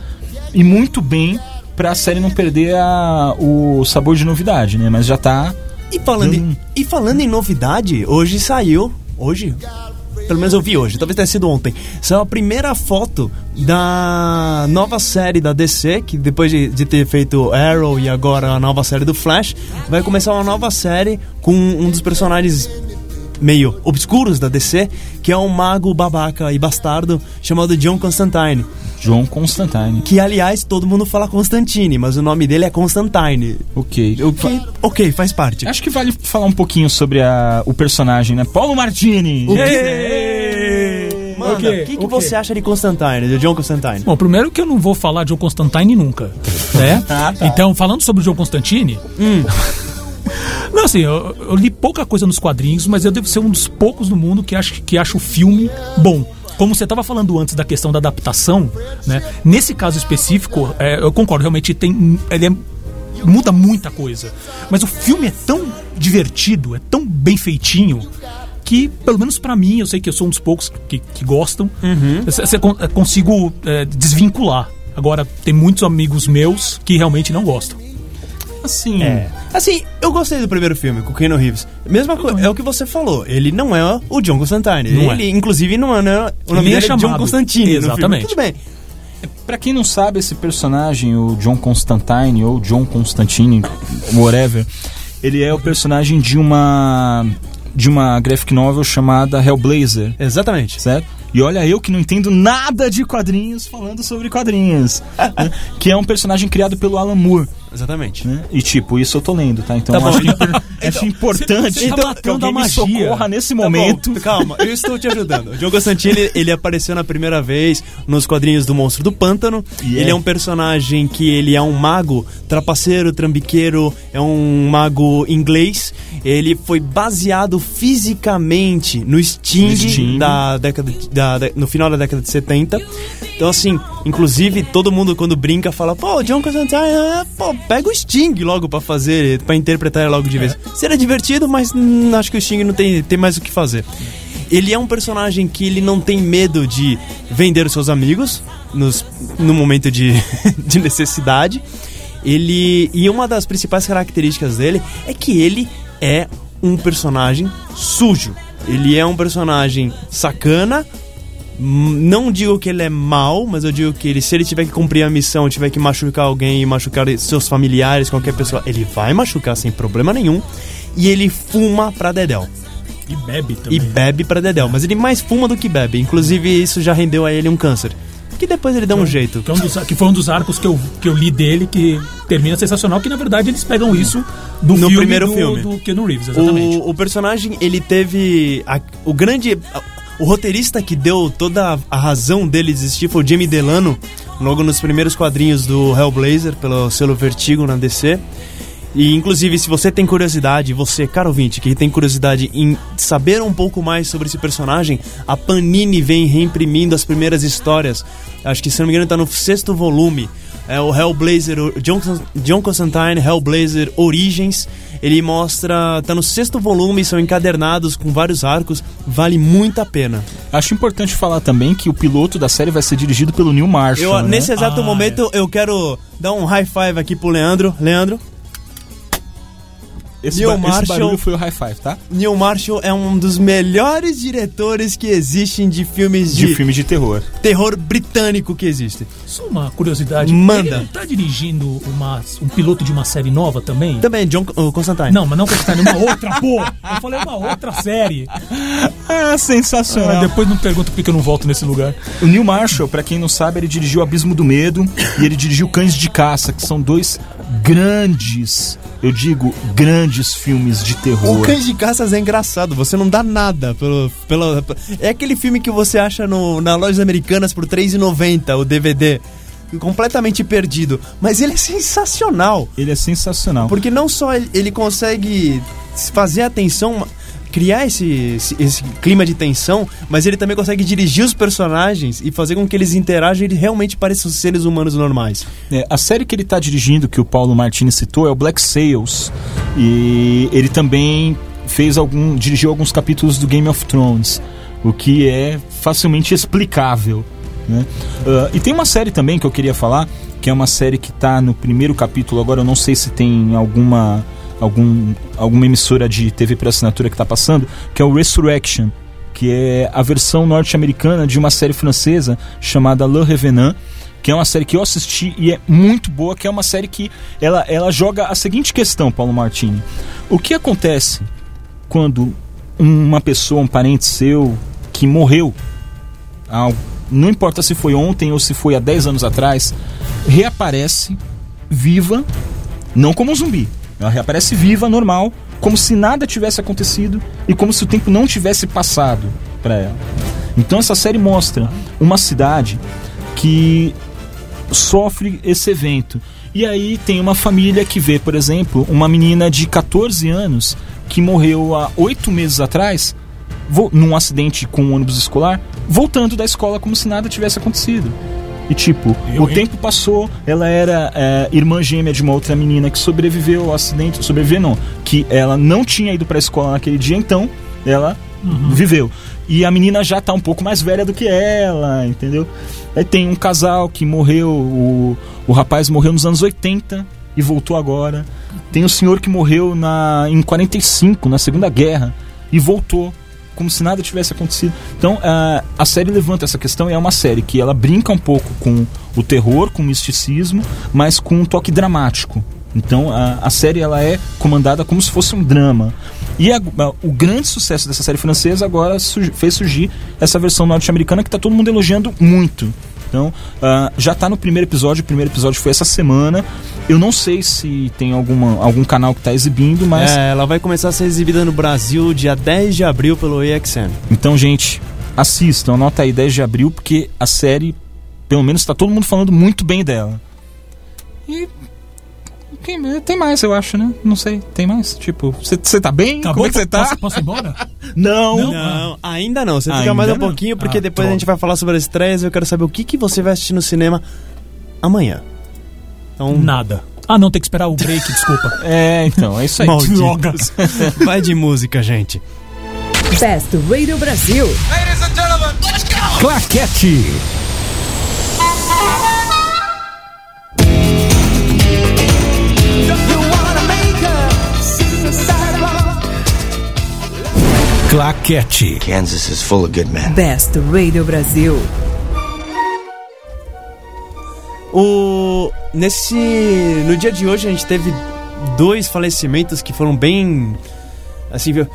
[SPEAKER 4] e muito bem pra série não perder a- o sabor de novidade, né? Mas já tá.
[SPEAKER 2] E falando,
[SPEAKER 4] Hum.
[SPEAKER 2] e falando em novidade, hoje saiu. Hoje? Pelo menos eu vi hoje, talvez tenha sido ontem. Saiu a primeira foto da nova série da DC, que depois de, de ter feito Arrow e agora a nova série do Flash, vai começar uma nova série com um dos personagens meio obscuros da DC, que é um mago babaca e bastardo chamado John Constantine.
[SPEAKER 4] John Constantine.
[SPEAKER 2] Que, aliás, todo mundo fala Constantine, mas o nome dele é Constantine.
[SPEAKER 4] Ok.
[SPEAKER 2] O que, ok, faz parte.
[SPEAKER 4] Acho que vale falar um pouquinho sobre a- o personagem, né? Paulo É, Martini!
[SPEAKER 2] Ei! Mano, o que,
[SPEAKER 5] Ok,
[SPEAKER 2] que
[SPEAKER 5] ok.
[SPEAKER 2] você acha de Constantine, de John Constantine?
[SPEAKER 5] Bom, primeiro que eu não vou falar de John Constantine nunca, né?
[SPEAKER 4] Ah, tá.
[SPEAKER 5] Então, falando sobre o John Constantine... Não, assim, eu, eu li pouca coisa nos quadrinhos, mas eu devo ser um dos poucos no mundo que acha que acha o filme bom. Como você estava falando antes da questão da adaptação, né? Nesse caso específico, é, eu concordo, realmente tem... Ele é, muda muita coisa. Mas o filme é tão divertido, é tão bem feitinho que, pelo menos pra mim, eu sei que eu sou um dos poucos que, que gostam, você consigo é, desvincular. Agora, tem muitos amigos meus que realmente não gostam.
[SPEAKER 4] Assim,
[SPEAKER 2] Assim, eu gostei do primeiro filme, com o Keanu Reeves. Mesma coisa, é o que você falou, ele não é o John Constantine.
[SPEAKER 5] Uhum. Não é.
[SPEAKER 2] ele, inclusive, não é, não é- o nome
[SPEAKER 5] Ele é
[SPEAKER 2] dele é, John
[SPEAKER 5] chamado.
[SPEAKER 2] Constantine. no filme.
[SPEAKER 5] Exatamente.
[SPEAKER 2] Tudo bem.
[SPEAKER 4] Pra quem não sabe, esse personagem, o John Constantine ou John Constantine, whatever, ele é o personagem de uma de uma graphic novel chamada Hellblazer,
[SPEAKER 2] Exatamente.
[SPEAKER 4] certo? E olha eu que não entendo nada de quadrinhos falando sobre quadrinhos, né? que é um personagem criado pelo Alan Moore,
[SPEAKER 2] Exatamente.
[SPEAKER 4] né? E tipo, isso eu tô lendo, tá? Então
[SPEAKER 2] Tá bom.
[SPEAKER 4] acho, que, acho
[SPEAKER 2] Então,
[SPEAKER 4] importante
[SPEAKER 5] você tá
[SPEAKER 4] que
[SPEAKER 5] matando a
[SPEAKER 4] alguém me
[SPEAKER 5] magia.
[SPEAKER 4] socorra nesse
[SPEAKER 2] Tá bom,
[SPEAKER 4] momento.
[SPEAKER 2] calma, eu estou te ajudando. O John Constantine, ele- ele apareceu na primeira vez nos quadrinhos do Monstro do Pântano.
[SPEAKER 4] E
[SPEAKER 2] Ele
[SPEAKER 4] é.
[SPEAKER 2] é um personagem que ele é um mago, trapaceiro, trambiqueiro, é um mago inglês. Ele foi baseado fisicamente no Sting,
[SPEAKER 4] No Sting.
[SPEAKER 2] Da década de- da- da- no final da década de 70. Então assim, inclusive todo mundo quando brinca fala: "Pô, o John Constantine, ah, pô, pega o Sting logo pra fazer, pra interpretar ele logo de vez". Seria divertido, mas hum, acho que o Sting não tem tem mais o que fazer. Ele é um personagem que ele não tem medo de vender os seus amigos nos, no momento de, de necessidade. Ele e uma das principais características dele é que ele é um personagem sujo. Ele é um personagem sacana. Hum, Não digo que ele é mal, mas eu digo que ele, se ele tiver que cumprir a missão, tiver que machucar alguém e machucar seus familiares, qualquer pessoa, ele vai machucar sem problema nenhum. E ele fuma pra dedéu
[SPEAKER 5] E bebe
[SPEAKER 2] e
[SPEAKER 5] também.
[SPEAKER 2] bebe pra dedéu. Mas ele mais fuma do que bebe. Inclusive, isso já rendeu a ele um câncer. Que depois ele dá um jeito.
[SPEAKER 5] Que, é um dos- que foi um dos arcos que eu, que eu li dele, que termina sensacional, que na verdade eles pegam isso do
[SPEAKER 2] No
[SPEAKER 5] filme
[SPEAKER 2] primeiro
[SPEAKER 5] do,
[SPEAKER 2] filme.
[SPEAKER 5] do Keanu Reeves, exatamente.
[SPEAKER 2] O, o personagem, ele teve. a- o grande. a- o roteirista que deu toda a razão dele existir foi o Jamie Delano, logo nos primeiros quadrinhos do Hellblazer, pelo selo Vertigo na DC. E inclusive, se você tem curiosidade, você, caro ouvinte, que tem curiosidade em saber um pouco mais sobre esse personagem, a Panini vem reimprimindo as primeiras histórias. Acho que, se não me engano, tá no sexto volume. É o Hellblazer, o John, Con- John Constantine, Hellblazer Origens. Ele mostra. tá no sexto volume, são encadernados com vários arcos. Vale muito a pena.
[SPEAKER 4] Acho importante falar também que o piloto da série vai ser dirigido pelo Neil Marshall.
[SPEAKER 2] Eu,
[SPEAKER 4] né?
[SPEAKER 2] Nesse exato
[SPEAKER 5] Ah,
[SPEAKER 2] momento, eu quero dar um high five aqui pro Leandro. Leandro,
[SPEAKER 4] esse,
[SPEAKER 2] Neil
[SPEAKER 4] ba- esse
[SPEAKER 2] Marshall-
[SPEAKER 4] barulho foi o high five, tá?
[SPEAKER 2] Neil Marshall é um dos melhores diretores que existem de filmes de,
[SPEAKER 4] De filme de terror.
[SPEAKER 2] terror britânico que existe.
[SPEAKER 5] Só uma curiosidade.
[SPEAKER 2] Manda.
[SPEAKER 5] Ele não tá dirigindo uma, um piloto de uma série nova também?
[SPEAKER 2] Também, John o Constantine.
[SPEAKER 5] Não, mas não Constantine, uma outra, pô! Eu falei é uma outra série.
[SPEAKER 4] Ah,
[SPEAKER 5] Mas
[SPEAKER 4] sensacional.
[SPEAKER 5] depois não pergunta por que que eu não volto nesse lugar.
[SPEAKER 4] O Neil Marshall, pra quem não sabe, ele dirigiu Abismo do Medo e ele dirigiu Cães de Caça, que são dois grandes, eu digo, grandes filmes de terror.
[SPEAKER 2] O Cães de Caças é engraçado, você não dá nada pelo, pelo é aquele filme que você acha no, na lojas americanas por R$3,90 o DVD, completamente perdido, mas ele é sensacional,
[SPEAKER 4] Ele é sensacional.
[SPEAKER 2] porque não só ele, ele consegue fazer a tensão criar esse, esse, esse clima de tensão, mas ele também consegue dirigir os personagens e fazer com que eles interajam e eles realmente pareçam seres humanos normais.
[SPEAKER 4] É, a série que ele está dirigindo, que o Paulo Martins citou, é o Black Sails. E ele também fez algum. dirigiu alguns capítulos do Game of Thrones, o que é facilmente explicável. né? Ah, e tem uma série também que eu queria falar, que é uma série que está no primeiro capítulo, agora eu não sei se tem alguma. Algum, alguma emissora de TV por assinatura que está passando, que é o Resurrection, que é a versão norte-americana de uma série francesa chamada Le Revenant, que é uma série que eu assisti e é muito boa, que é uma série que ela, ela joga a seguinte questão, Paulo Martini. O que acontece quando uma pessoa, um parente seu, que morreu, há- não importa se foi ontem ou se foi há 10 anos atrás, reaparece viva, não como um zumbi, ela reaparece viva, normal, como se nada tivesse acontecido e como se o tempo não tivesse passado para ela. Então essa série mostra uma cidade que sofre esse evento. E aí tem uma família que vê, por exemplo, uma menina de 14 anos que morreu há oito meses atrás vo- num acidente com um ônibus escolar, voltando da escola como se nada tivesse acontecido. E tipo,
[SPEAKER 5] Eu,
[SPEAKER 4] o
[SPEAKER 5] hein?
[SPEAKER 4] tempo passou, ela era é, irmã gêmea de uma outra menina que sobreviveu ao acidente, sobreviveu não, que ela não tinha ido pra escola naquele dia, então ela viveu. E a menina já tá um pouco mais velha do que ela, entendeu? Aí tem um casal que morreu, o, o rapaz morreu nos anos 80 e voltou agora. Tem o senhor que morreu na, em 45, na Segunda Guerra, e voltou como se nada tivesse acontecido. Então a, a série levanta essa questão e é uma série que ela brinca um pouco com o terror, com o misticismo, mas com um toque dramático. Então a, a série ela é comandada como se fosse um drama. E a- a- o grande sucesso dessa série francesa agora surgi- fez surgir essa versão norte-americana que tá todo mundo elogiando muito. Então, ah, já tá no primeiro episódio, o primeiro episódio foi essa semana. Eu não sei se tem alguma, algum canal que tá exibindo, mas
[SPEAKER 2] É, ela vai começar a ser exibida no Brasil dia 10 de abril pelo EXN.
[SPEAKER 4] Então, gente, assistam, anota aí 10 de abril, porque a série, pelo menos, tá todo mundo falando muito bem dela. E. quem- Tem mais, eu acho, né? Não sei, tem mais? Tipo, você tá bem? Como é que você tá?
[SPEAKER 5] Posso, posso ir embora?
[SPEAKER 4] Não!
[SPEAKER 2] Não, ainda não. Você fica
[SPEAKER 4] Ainda
[SPEAKER 2] mais um
[SPEAKER 4] não?
[SPEAKER 2] pouquinho, porque
[SPEAKER 4] Ah,
[SPEAKER 2] depois a
[SPEAKER 4] droga.
[SPEAKER 2] gente vai falar sobre as estreias e eu quero saber o que, que você vai assistir no cinema amanhã. Então,
[SPEAKER 5] Nada. Ah, não, tem que esperar o break, desculpa.
[SPEAKER 4] É, então, é isso aí.
[SPEAKER 2] Maldito.
[SPEAKER 5] Drogas.
[SPEAKER 2] vai de música, gente.
[SPEAKER 3] Best Radio Brasil.
[SPEAKER 4] Claquete! Claquete.
[SPEAKER 6] Kansas is full of good men.
[SPEAKER 3] Best Radio Brasil.
[SPEAKER 2] O nesse no dia de hoje a gente teve dois falecimentos que foram bem assim, viu?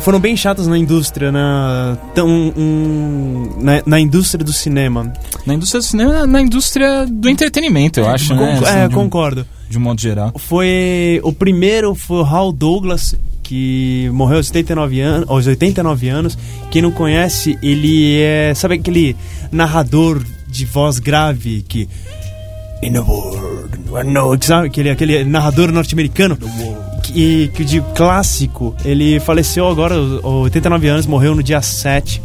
[SPEAKER 2] foram bem chatos na indústria, na tão um- na, na indústria do cinema.
[SPEAKER 4] Na indústria do cinema, na indústria do entretenimento, eu acho, né?
[SPEAKER 2] Conco-
[SPEAKER 4] Assim,
[SPEAKER 2] é,
[SPEAKER 4] de um-
[SPEAKER 2] concordo.
[SPEAKER 4] de um modo geral.
[SPEAKER 2] foi o primeiro foi o Hal Douglas que morreu aos 89 anos, aos 89 anos. Quem não conhece, ele é, sabe aquele narrador de voz grave que In the world, one note, sabe? Aquele, aquele narrador norte-americano que, que de clássico. Ele faleceu agora aos 89 anos, morreu no dia 7.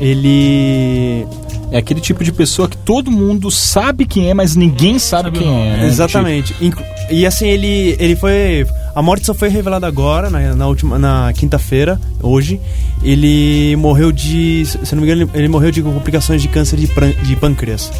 [SPEAKER 2] Ele
[SPEAKER 4] É aquele tipo de pessoa que todo mundo sabe quem é, mas ninguém sabe,
[SPEAKER 5] Sabe o
[SPEAKER 4] quem
[SPEAKER 5] nome.
[SPEAKER 4] é. né?
[SPEAKER 2] Exatamente. Inclu- E assim, ele, ele foi. A morte só foi revelada agora, na, na última. na quinta-feira, hoje. Ele morreu de. Se eu não me engano, ele, ele morreu de complicações de câncer de, pran- de pâncreas.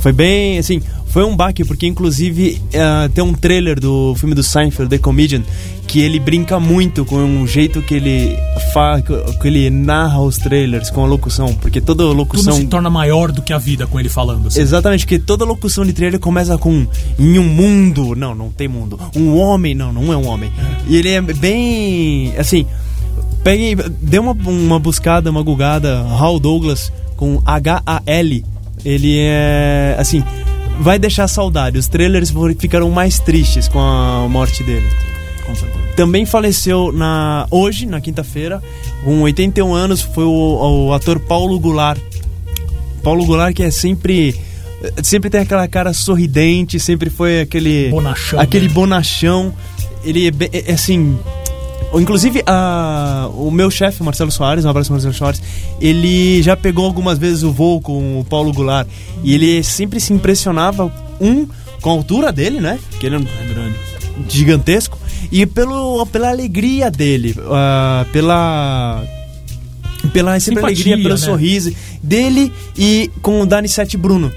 [SPEAKER 2] Foi bem. assim. Foi um baque, porque inclusive eh, tem um trailer do filme do Seinfeld, The Comedian, que ele brinca muito com o jeito que ele fa que que ele narra os trailers, com a locução, porque toda
[SPEAKER 5] Tudo
[SPEAKER 2] locução
[SPEAKER 5] se torna maior do que a vida com ele falando. assim.
[SPEAKER 2] Exatamente, porque toda locução de trailer começa com em um mundo. Não, não tem mundo. Um homem, não, não é um homem. E ele é bem. Assim, peguem. Dê uma, uma buscada, uma gugada. Hal Douglas com H-A-L. Ele é. Assim, vai deixar saudade. Os trailers foram- ficaram mais tristes com a morte dele. Também faleceu na hoje, na quinta-feira, com 81 anos, foi o, o ator Paulo Goulart. Paulo Goulart que é sempre sempre tem aquela cara sorridente, sempre foi aquele
[SPEAKER 5] Bonachão,
[SPEAKER 2] aquele
[SPEAKER 5] né?
[SPEAKER 2] bonachão. Ele é, bem- é- é assim, inclusive a, o meu chefe Marcelo Soares, um abraço Marcelo Soares, ele já pegou algumas vezes o voo com o Paulo Goulart e ele sempre se impressionava um com a altura dele, né? Que ele é um- gigantesco e pelo, pela alegria dele, ah, pela pela sempre
[SPEAKER 5] Simpatia,
[SPEAKER 2] alegria, pelo
[SPEAKER 5] né?
[SPEAKER 2] sorriso dele e com o da Anissete Bruno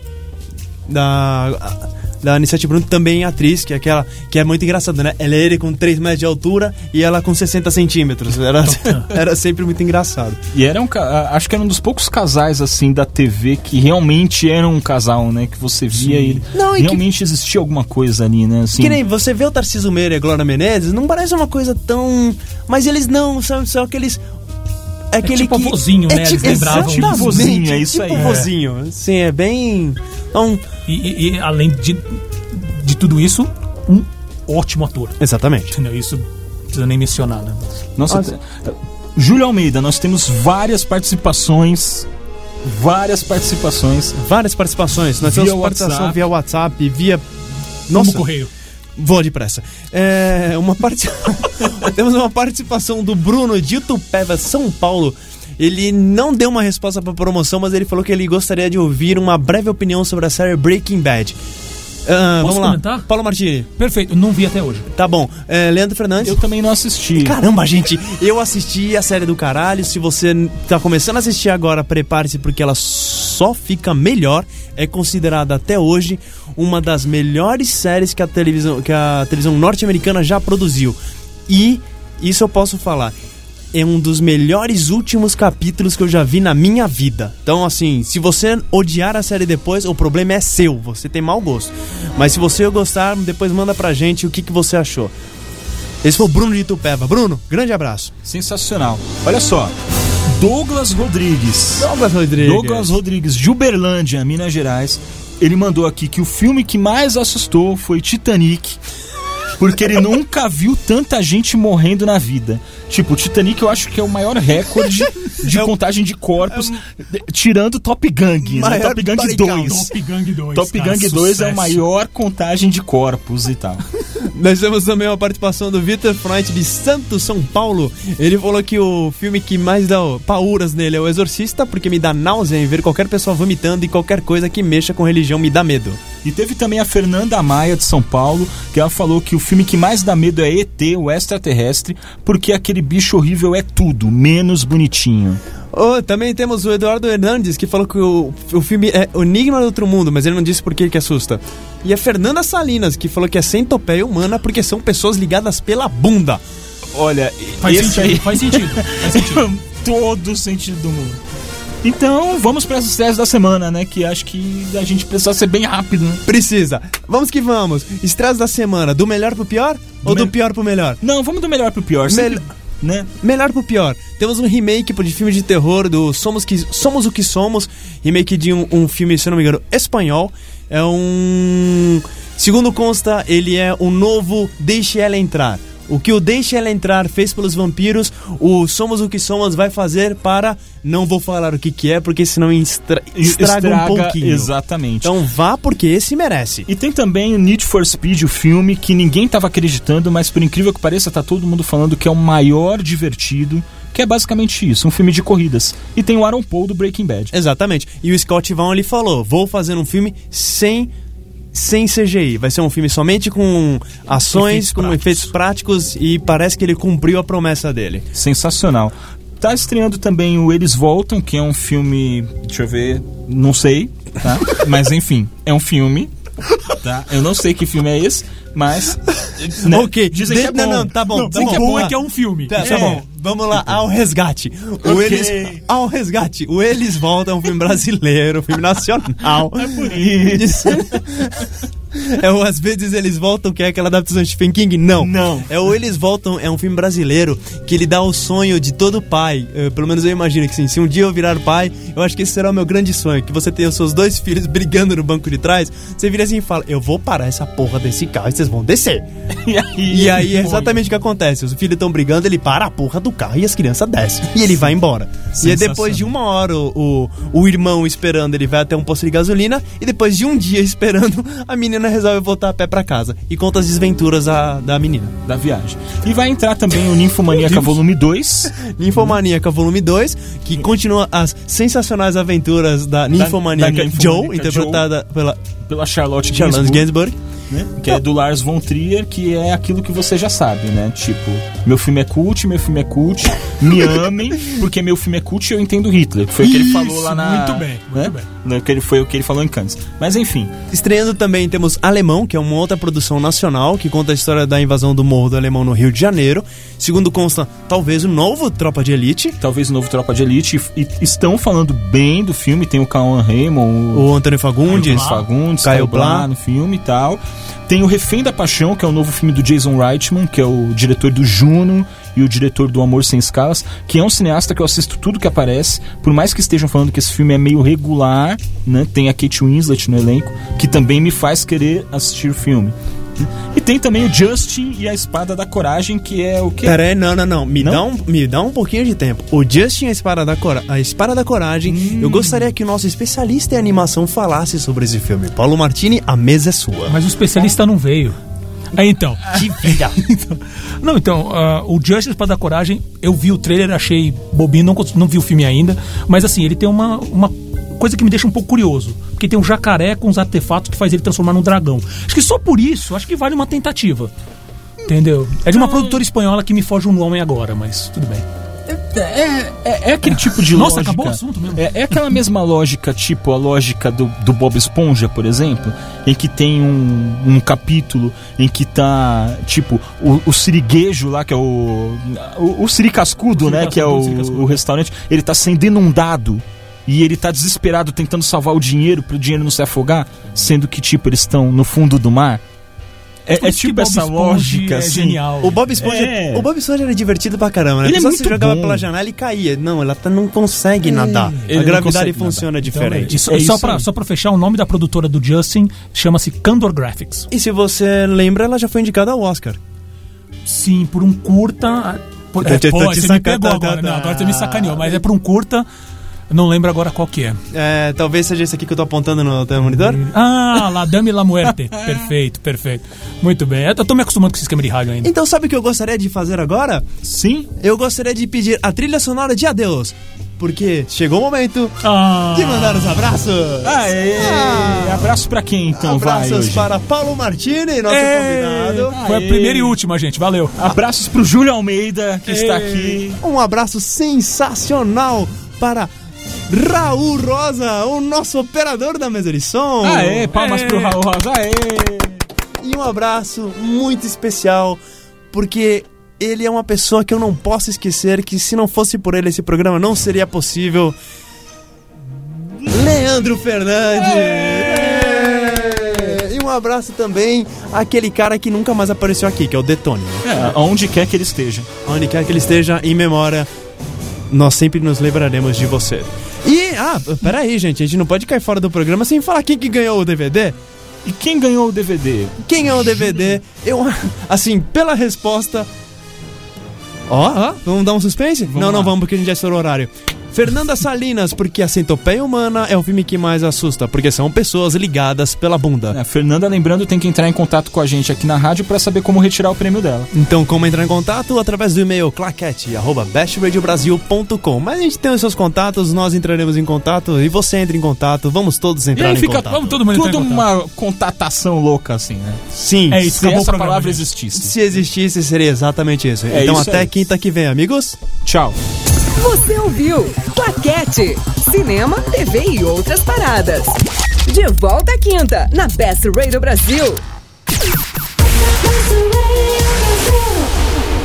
[SPEAKER 2] da a- da Anissete Bruno também é atriz que é aquela que é muito engraçada, né? Ela é ele com 3 metros de altura e ela com 60 centímetros. Era, era sempre muito engraçado.
[SPEAKER 4] E era um, ca- a- acho que era um dos poucos casais assim da TV que realmente era um casal, né? Que você via ele.
[SPEAKER 2] Não, e que-
[SPEAKER 4] realmente existia alguma coisa ali, né? Assim,
[SPEAKER 2] Que nem você vê o Tarcísio Meira e a Glória Menezes, não parece uma coisa tão. Mas eles não, são, são aqueles. É aquele
[SPEAKER 5] tipo
[SPEAKER 2] que...
[SPEAKER 5] avôzinho, né? Eles lembravam
[SPEAKER 2] exatamente,
[SPEAKER 5] disso.
[SPEAKER 4] Tipo avôzinho, é isso
[SPEAKER 2] tipo
[SPEAKER 4] aí.
[SPEAKER 2] avôzinho. Assim, é bem. é um-
[SPEAKER 5] E, e- e, além de, de tudo isso, um ótimo ator.
[SPEAKER 2] Exatamente.
[SPEAKER 5] Entendeu? Isso não precisa nem mencionar, né?
[SPEAKER 4] Nossa,
[SPEAKER 2] Nossa.
[SPEAKER 4] te- Júlio Almeida, nós temos várias participações. Várias participações.
[SPEAKER 2] Várias participações. Nós
[SPEAKER 4] Via
[SPEAKER 2] temos participação
[SPEAKER 4] WhatsApp.
[SPEAKER 2] via WhatsApp, via.
[SPEAKER 5] Como
[SPEAKER 2] Nossa,
[SPEAKER 5] correio.
[SPEAKER 2] vou depressa. É, uma parte... temos uma participação do Bruno de Itupeva, São Paulo. Ele não deu uma resposta pra promoção, mas ele falou que ele gostaria de ouvir uma breve opinião sobre a série Breaking Bad. Ah,
[SPEAKER 5] Posso
[SPEAKER 2] vamos lá.
[SPEAKER 5] comentar?
[SPEAKER 2] Paulo Martini,
[SPEAKER 5] Perfeito, não vi até hoje.
[SPEAKER 2] tá bom. É, Leandro Fernandes.
[SPEAKER 4] Eu também não assisti.
[SPEAKER 2] Caramba, gente, eu assisti a série do caralho. Se você n- tá começando a assistir agora, prepare-se porque ela só fica melhor. É considerada até hoje uma das melhores séries que a televisão, que a televisão norte-americana já produziu. E isso eu posso falar. É um dos melhores últimos capítulos que eu já vi na minha vida. Então, assim, se você odiar a série depois, o problema é seu. Você tem mau gosto. Mas se você gostar, depois manda pra gente o que, que você achou. Esse foi o Bruno de Itupeva. Bruno, grande abraço.
[SPEAKER 4] Sensacional. Olha só. Douglas Rodrigues.
[SPEAKER 2] Douglas Rodrigues.
[SPEAKER 4] Douglas Rodrigues, de Uberlândia, Minas Gerais. Ele mandou aqui que o filme que mais assustou foi Titanic. Porque ele nunca viu tanta gente morrendo na vida. Tipo, o Titanic eu acho que é o maior recorde de contagem de corpos, de- tirando Top Gang, né?
[SPEAKER 2] Maior
[SPEAKER 4] Top Gang
[SPEAKER 2] barrigada.
[SPEAKER 4] 2.
[SPEAKER 5] Top Gang 2.
[SPEAKER 4] Top
[SPEAKER 5] cara,
[SPEAKER 4] Gang 2 é a
[SPEAKER 5] sucesso.
[SPEAKER 4] maior contagem de corpos e tal.
[SPEAKER 2] Nós temos também uma participação do Vitor Freund de Santos, São Paulo. Ele falou que o filme que mais dá pauras nele é O Exorcista, porque me dá náusea em ver qualquer pessoa vomitando e qualquer coisa que mexa com religião me dá medo.
[SPEAKER 4] E teve também a Fernanda Maia de São Paulo, que ela falou que o filme que mais dá medo é ET, o extraterrestre, porque aquele bicho horrível é tudo, menos bonitinho.
[SPEAKER 2] Oh, também temos o Eduardo Hernandes, que falou que o, o filme é O Enigma do Outro Mundo, mas ele não disse por que que assusta. E a Fernanda Salinas, que falou que é centopeia humana porque são pessoas ligadas pela bunda.
[SPEAKER 4] Olha,
[SPEAKER 5] Faz
[SPEAKER 4] esse
[SPEAKER 5] sentido,
[SPEAKER 4] aí
[SPEAKER 5] faz sentido. Faz sentido.
[SPEAKER 4] todo o sentido do mundo. Então, vamos para as estreias da semana, né? Que acho que a gente precisa ser bem rápido, né?
[SPEAKER 2] Precisa. Vamos que vamos. Estresse da semana, do melhor pro pior ou do
[SPEAKER 4] me-
[SPEAKER 2] pior pro melhor?
[SPEAKER 4] Não, vamos do melhor pro pior, sempre,
[SPEAKER 2] Mel-
[SPEAKER 4] né?
[SPEAKER 2] Melhor pro pior. Temos um remake de filme de terror do Somos, que... Somos o que Somos. Remake de um, um filme, se eu não me engano, espanhol. É um. Segundo consta, ele é o novo Deixe Ela Entrar. O que o Deixe Ela Entrar fez pelos vampiros, o Somos o que Somos vai fazer para. Não vou falar o que, que é, porque senão estra... estraga, um pouquinho.
[SPEAKER 4] Exatamente.
[SPEAKER 2] Então vá, porque esse merece.
[SPEAKER 4] E tem também o Need for Speed, o filme que ninguém tava acreditando, mas por incrível que pareça, tá todo mundo falando que é o maior divertido que é basicamente isso, um filme de corridas. E tem o Aaron Paul do Breaking Bad.
[SPEAKER 2] Exatamente. E o Scott Vaughn ele falou: vou fazer um filme sem sem CGI. Vai ser um filme somente com ações,
[SPEAKER 4] Efeitos
[SPEAKER 2] com
[SPEAKER 4] práticos.
[SPEAKER 2] efeitos práticos e parece que ele cumpriu a promessa dele.
[SPEAKER 4] Sensacional. Tá estreando também o Eles Voltam, que é um filme. Deixa eu ver. Não sei, tá? Mas enfim, é um filme. Tá? Eu não sei que filme é esse, mas. né,
[SPEAKER 2] Ok,
[SPEAKER 4] Dizem
[SPEAKER 2] de-
[SPEAKER 4] que é bom.
[SPEAKER 2] não, não, tá bom, tá
[SPEAKER 4] dizem
[SPEAKER 2] bom.
[SPEAKER 4] que é
[SPEAKER 5] O bom
[SPEAKER 2] lá.
[SPEAKER 5] é que é um filme.
[SPEAKER 2] Tá,
[SPEAKER 5] Isso
[SPEAKER 2] tá
[SPEAKER 5] é
[SPEAKER 2] bom, vamos lá, ao resgate. O
[SPEAKER 4] Ok.
[SPEAKER 2] Eles, ao resgate. O Eles Voltam é um filme brasileiro, um filme nacional. É por isso. É o Às vezes Eles Voltam, que é aquela adaptação de Stephen King? Não.
[SPEAKER 4] Não.
[SPEAKER 2] É o Eles Voltam, é um filme brasileiro que ele dá o sonho de todo pai. Eh, pelo menos eu imagino que sim. Se um dia eu virar pai, eu acho que esse será o meu grande sonho. Que você tenha os seus dois filhos brigando no banco de trás. Você vira assim e fala: Eu vou parar essa porra desse carro e vocês vão descer.
[SPEAKER 4] E aí,
[SPEAKER 2] E aí é exatamente o que acontece. Os filhos estão brigando, ele para a porra do carro e as crianças descem. E ele vai embora. E aí, depois de uma hora, o, o, o irmão esperando, ele vai até um posto de gasolina. E depois de um dia esperando, a menina resolve voltar a pé pra casa. E conta as desventuras a- da menina.
[SPEAKER 4] da viagem. E vai entrar também o Ninfomaníaca Volume 2.
[SPEAKER 2] Ninfomaníaca Volume 2, que continua as sensacionais aventuras da Ninfomaníaca
[SPEAKER 4] da
[SPEAKER 2] Joe,
[SPEAKER 4] ninfomaníaca
[SPEAKER 2] interpretada pela
[SPEAKER 4] Pela Charlotte
[SPEAKER 2] Charlotte
[SPEAKER 4] Gainsbourg,
[SPEAKER 2] Gainsbourg.
[SPEAKER 4] né? Que é do Lars von Trier, que é aquilo que você já sabe, né? Tipo, meu filme é cult, meu filme é cult, me amem, porque meu filme é cult e eu entendo Hitler. que Foi o que ele falou lá na...
[SPEAKER 5] muito bem, muito
[SPEAKER 4] né?
[SPEAKER 5] bem.
[SPEAKER 4] No que ele Foi o que ele falou em Cannes. Mas enfim,
[SPEAKER 2] Estreando também temos Alemão, que é uma outra produção nacional que conta a história da invasão do Morro do Alemão no Rio de Janeiro. Segundo consta, talvez o novo Tropa de Elite,
[SPEAKER 4] talvez o novo Tropa de Elite, e, e estão falando bem do filme, tem o Cauan Raymond, o...
[SPEAKER 2] o Antônio Fagundes.
[SPEAKER 4] Luiz Fagundes,
[SPEAKER 2] Caio
[SPEAKER 4] Caio Blá
[SPEAKER 2] Blá.
[SPEAKER 4] no filme e tal. Tem o Refém da Paixão, que é o novo filme do Jason Reitman, que é o diretor do Juno e o diretor do Amor Sem Escalas, que é um cineasta que eu assisto tudo que aparece, por mais que estejam falando que esse filme é meio regular, né? Tem a Kate Winslet no elenco, que também me faz querer assistir o filme. E tem também o Justin e a Espada da Coragem, que é o quê?
[SPEAKER 2] Pera aí, não, não, não. Me,
[SPEAKER 4] Não?
[SPEAKER 2] Dá um, me dá um pouquinho de tempo. O Justin é a Espada da, Cora a Espada da Coragem.
[SPEAKER 4] Hum.
[SPEAKER 2] Eu gostaria que o nosso especialista em animação falasse sobre esse filme. Paulo Martini, a mesa é sua.
[SPEAKER 5] Mas o especialista não veio. Aí então.
[SPEAKER 2] Que vida!
[SPEAKER 5] Não, então, ah, o Justice para dar coragem, eu vi o trailer, achei bobinho, não, cons- não vi o filme ainda, mas assim, ele tem uma, uma coisa que me deixa um pouco curioso, porque tem um jacaré com uns artefatos que faz ele transformar num dragão. Acho que só por isso, acho que vale uma tentativa. Entendeu? É de uma produtora espanhola que me foge o nome agora, mas tudo bem.
[SPEAKER 4] É, é, é aquele tipo de
[SPEAKER 5] Nossa,
[SPEAKER 4] lógica.
[SPEAKER 5] acabou o assunto mesmo.
[SPEAKER 4] É, é aquela mesma lógica, tipo a lógica do, do Bob Esponja, por exemplo, em que tem um, um capítulo em que tá, tipo, o, o siriguejo lá, que é o. O, o Siri Cascudo,
[SPEAKER 5] O Siri
[SPEAKER 4] né? que é
[SPEAKER 5] Cascudo, o
[SPEAKER 4] o,
[SPEAKER 5] Siri Cascudo.
[SPEAKER 4] o restaurante, ele tá sendo inundado. E ele tá desesperado tentando salvar o dinheiro pro dinheiro não se afogar, sendo que, tipo, eles estão no fundo do mar. É, é
[SPEAKER 5] Por isso que
[SPEAKER 4] tipo
[SPEAKER 5] Bob
[SPEAKER 4] essa
[SPEAKER 5] Esponja
[SPEAKER 4] lógica,
[SPEAKER 5] é
[SPEAKER 4] assim.
[SPEAKER 5] genial.
[SPEAKER 2] O Bob Esponja,
[SPEAKER 4] É.
[SPEAKER 2] o Bob Esponja era divertido pra caramba, né?
[SPEAKER 4] Ele é
[SPEAKER 2] Só se
[SPEAKER 4] muito
[SPEAKER 2] jogava
[SPEAKER 4] bom. É.
[SPEAKER 2] pela janela e caía. Não, ela tá- não consegue nadar. A
[SPEAKER 4] Ele não
[SPEAKER 2] gravidade
[SPEAKER 4] consegue
[SPEAKER 2] funciona
[SPEAKER 5] Então,
[SPEAKER 2] diferente.
[SPEAKER 5] é isso,
[SPEAKER 4] É
[SPEAKER 5] só
[SPEAKER 4] isso
[SPEAKER 5] para
[SPEAKER 4] aí.
[SPEAKER 5] só pra fechar, o nome da produtora do Justin chama-se Candor Graphics.
[SPEAKER 2] E se você lembra, ela já foi indicada ao Oscar.
[SPEAKER 5] Sim, por um curta. Por, é,
[SPEAKER 2] Tô te- tô
[SPEAKER 5] pô,
[SPEAKER 2] Então, te
[SPEAKER 5] você me
[SPEAKER 2] saca-
[SPEAKER 5] pegou
[SPEAKER 2] tá,
[SPEAKER 5] agora.
[SPEAKER 2] tá,
[SPEAKER 5] Não,
[SPEAKER 2] tá.
[SPEAKER 5] agora você me sacaneou, mas é por um curta. Não lembro agora qual que é.
[SPEAKER 2] É, talvez seja esse aqui que eu tô apontando no teu monitor.
[SPEAKER 5] Ah, La Dame e La Muerte.
[SPEAKER 2] É.
[SPEAKER 5] perfeito, perfeito. Muito bem. Eu tô me acostumando com esse esquema de rádio ainda.
[SPEAKER 2] Então sabe o que eu gostaria de fazer agora?
[SPEAKER 4] Sim,
[SPEAKER 2] Eu gostaria de pedir a trilha sonora de adeus. Porque chegou o momento
[SPEAKER 5] Ah,
[SPEAKER 2] de mandar os abraços. Ah,
[SPEAKER 4] Aê! Abraço pra quem então vai
[SPEAKER 2] Abraços
[SPEAKER 4] hoje?
[SPEAKER 2] para Paulo Martini, nosso
[SPEAKER 5] é.
[SPEAKER 2] convidado.
[SPEAKER 5] Foi a
[SPEAKER 4] Aê.
[SPEAKER 5] primeira e última, gente. Valeu.
[SPEAKER 4] Abraços pro Júlio Almeida que está aqui.
[SPEAKER 2] Um abraço sensacional para Raul Rosa, o nosso operador da mesa de som.
[SPEAKER 4] Aê, palmas
[SPEAKER 5] Aê.
[SPEAKER 4] pro Raul Rosa. Aê!
[SPEAKER 2] E um abraço muito especial, porque ele é uma pessoa que eu não posso esquecer, que se não fosse por ele esse programa não seria possível. Leandro Fernandes! E um abraço também àquele cara que nunca mais apareceu aqui, que é o Detone.
[SPEAKER 4] É, onde quer que ele esteja.
[SPEAKER 2] Onde quer que ele esteja, em memória, nós sempre nos lembraremos de você. E, ah, peraí, gente, a gente não pode cair fora do programa sem falar quem que ganhou o DVD.
[SPEAKER 4] E quem ganhou o DVD?
[SPEAKER 2] Quem é o DVD? Eu, assim, pela resposta. Ó, ó, vamos dar um suspense? não,
[SPEAKER 4] lá.
[SPEAKER 2] não vamos, porque a gente já estourou o horário. Fernanda Salinas, porque a centopeia humana é o filme que mais assusta, porque são pessoas ligadas pela bunda.
[SPEAKER 4] É, Fernanda, lembrando, tem que entrar em contato com a gente aqui na rádio pra saber como retirar o prêmio dela.
[SPEAKER 2] Então, como entrar em contato? Através do e-mail claquete.bestradiobrasil.com. Mas a gente tem os seus contatos, nós entraremos em contato e você entra em contato. Vamos todos
[SPEAKER 5] E
[SPEAKER 2] entrar
[SPEAKER 5] aí
[SPEAKER 2] em
[SPEAKER 5] fica.
[SPEAKER 2] contato.
[SPEAKER 5] Vamos todo mundo entrar em
[SPEAKER 4] Tudo
[SPEAKER 5] contato.
[SPEAKER 4] uma contatação louca, assim, né?
[SPEAKER 2] Sim,
[SPEAKER 5] É isso,
[SPEAKER 4] Se
[SPEAKER 5] acabou
[SPEAKER 4] essa
[SPEAKER 5] o programa.
[SPEAKER 4] palavra
[SPEAKER 5] gente.
[SPEAKER 4] existisse.
[SPEAKER 2] se existisse, seria exatamente isso.
[SPEAKER 4] É
[SPEAKER 2] então,
[SPEAKER 4] isso
[SPEAKER 2] até
[SPEAKER 4] aí.
[SPEAKER 2] quinta que vem, amigos.
[SPEAKER 4] Tchau.
[SPEAKER 3] Você ouviu Claquete. Cinema, TV e outras paradas. De volta à quinta, na Best Radio Brasil.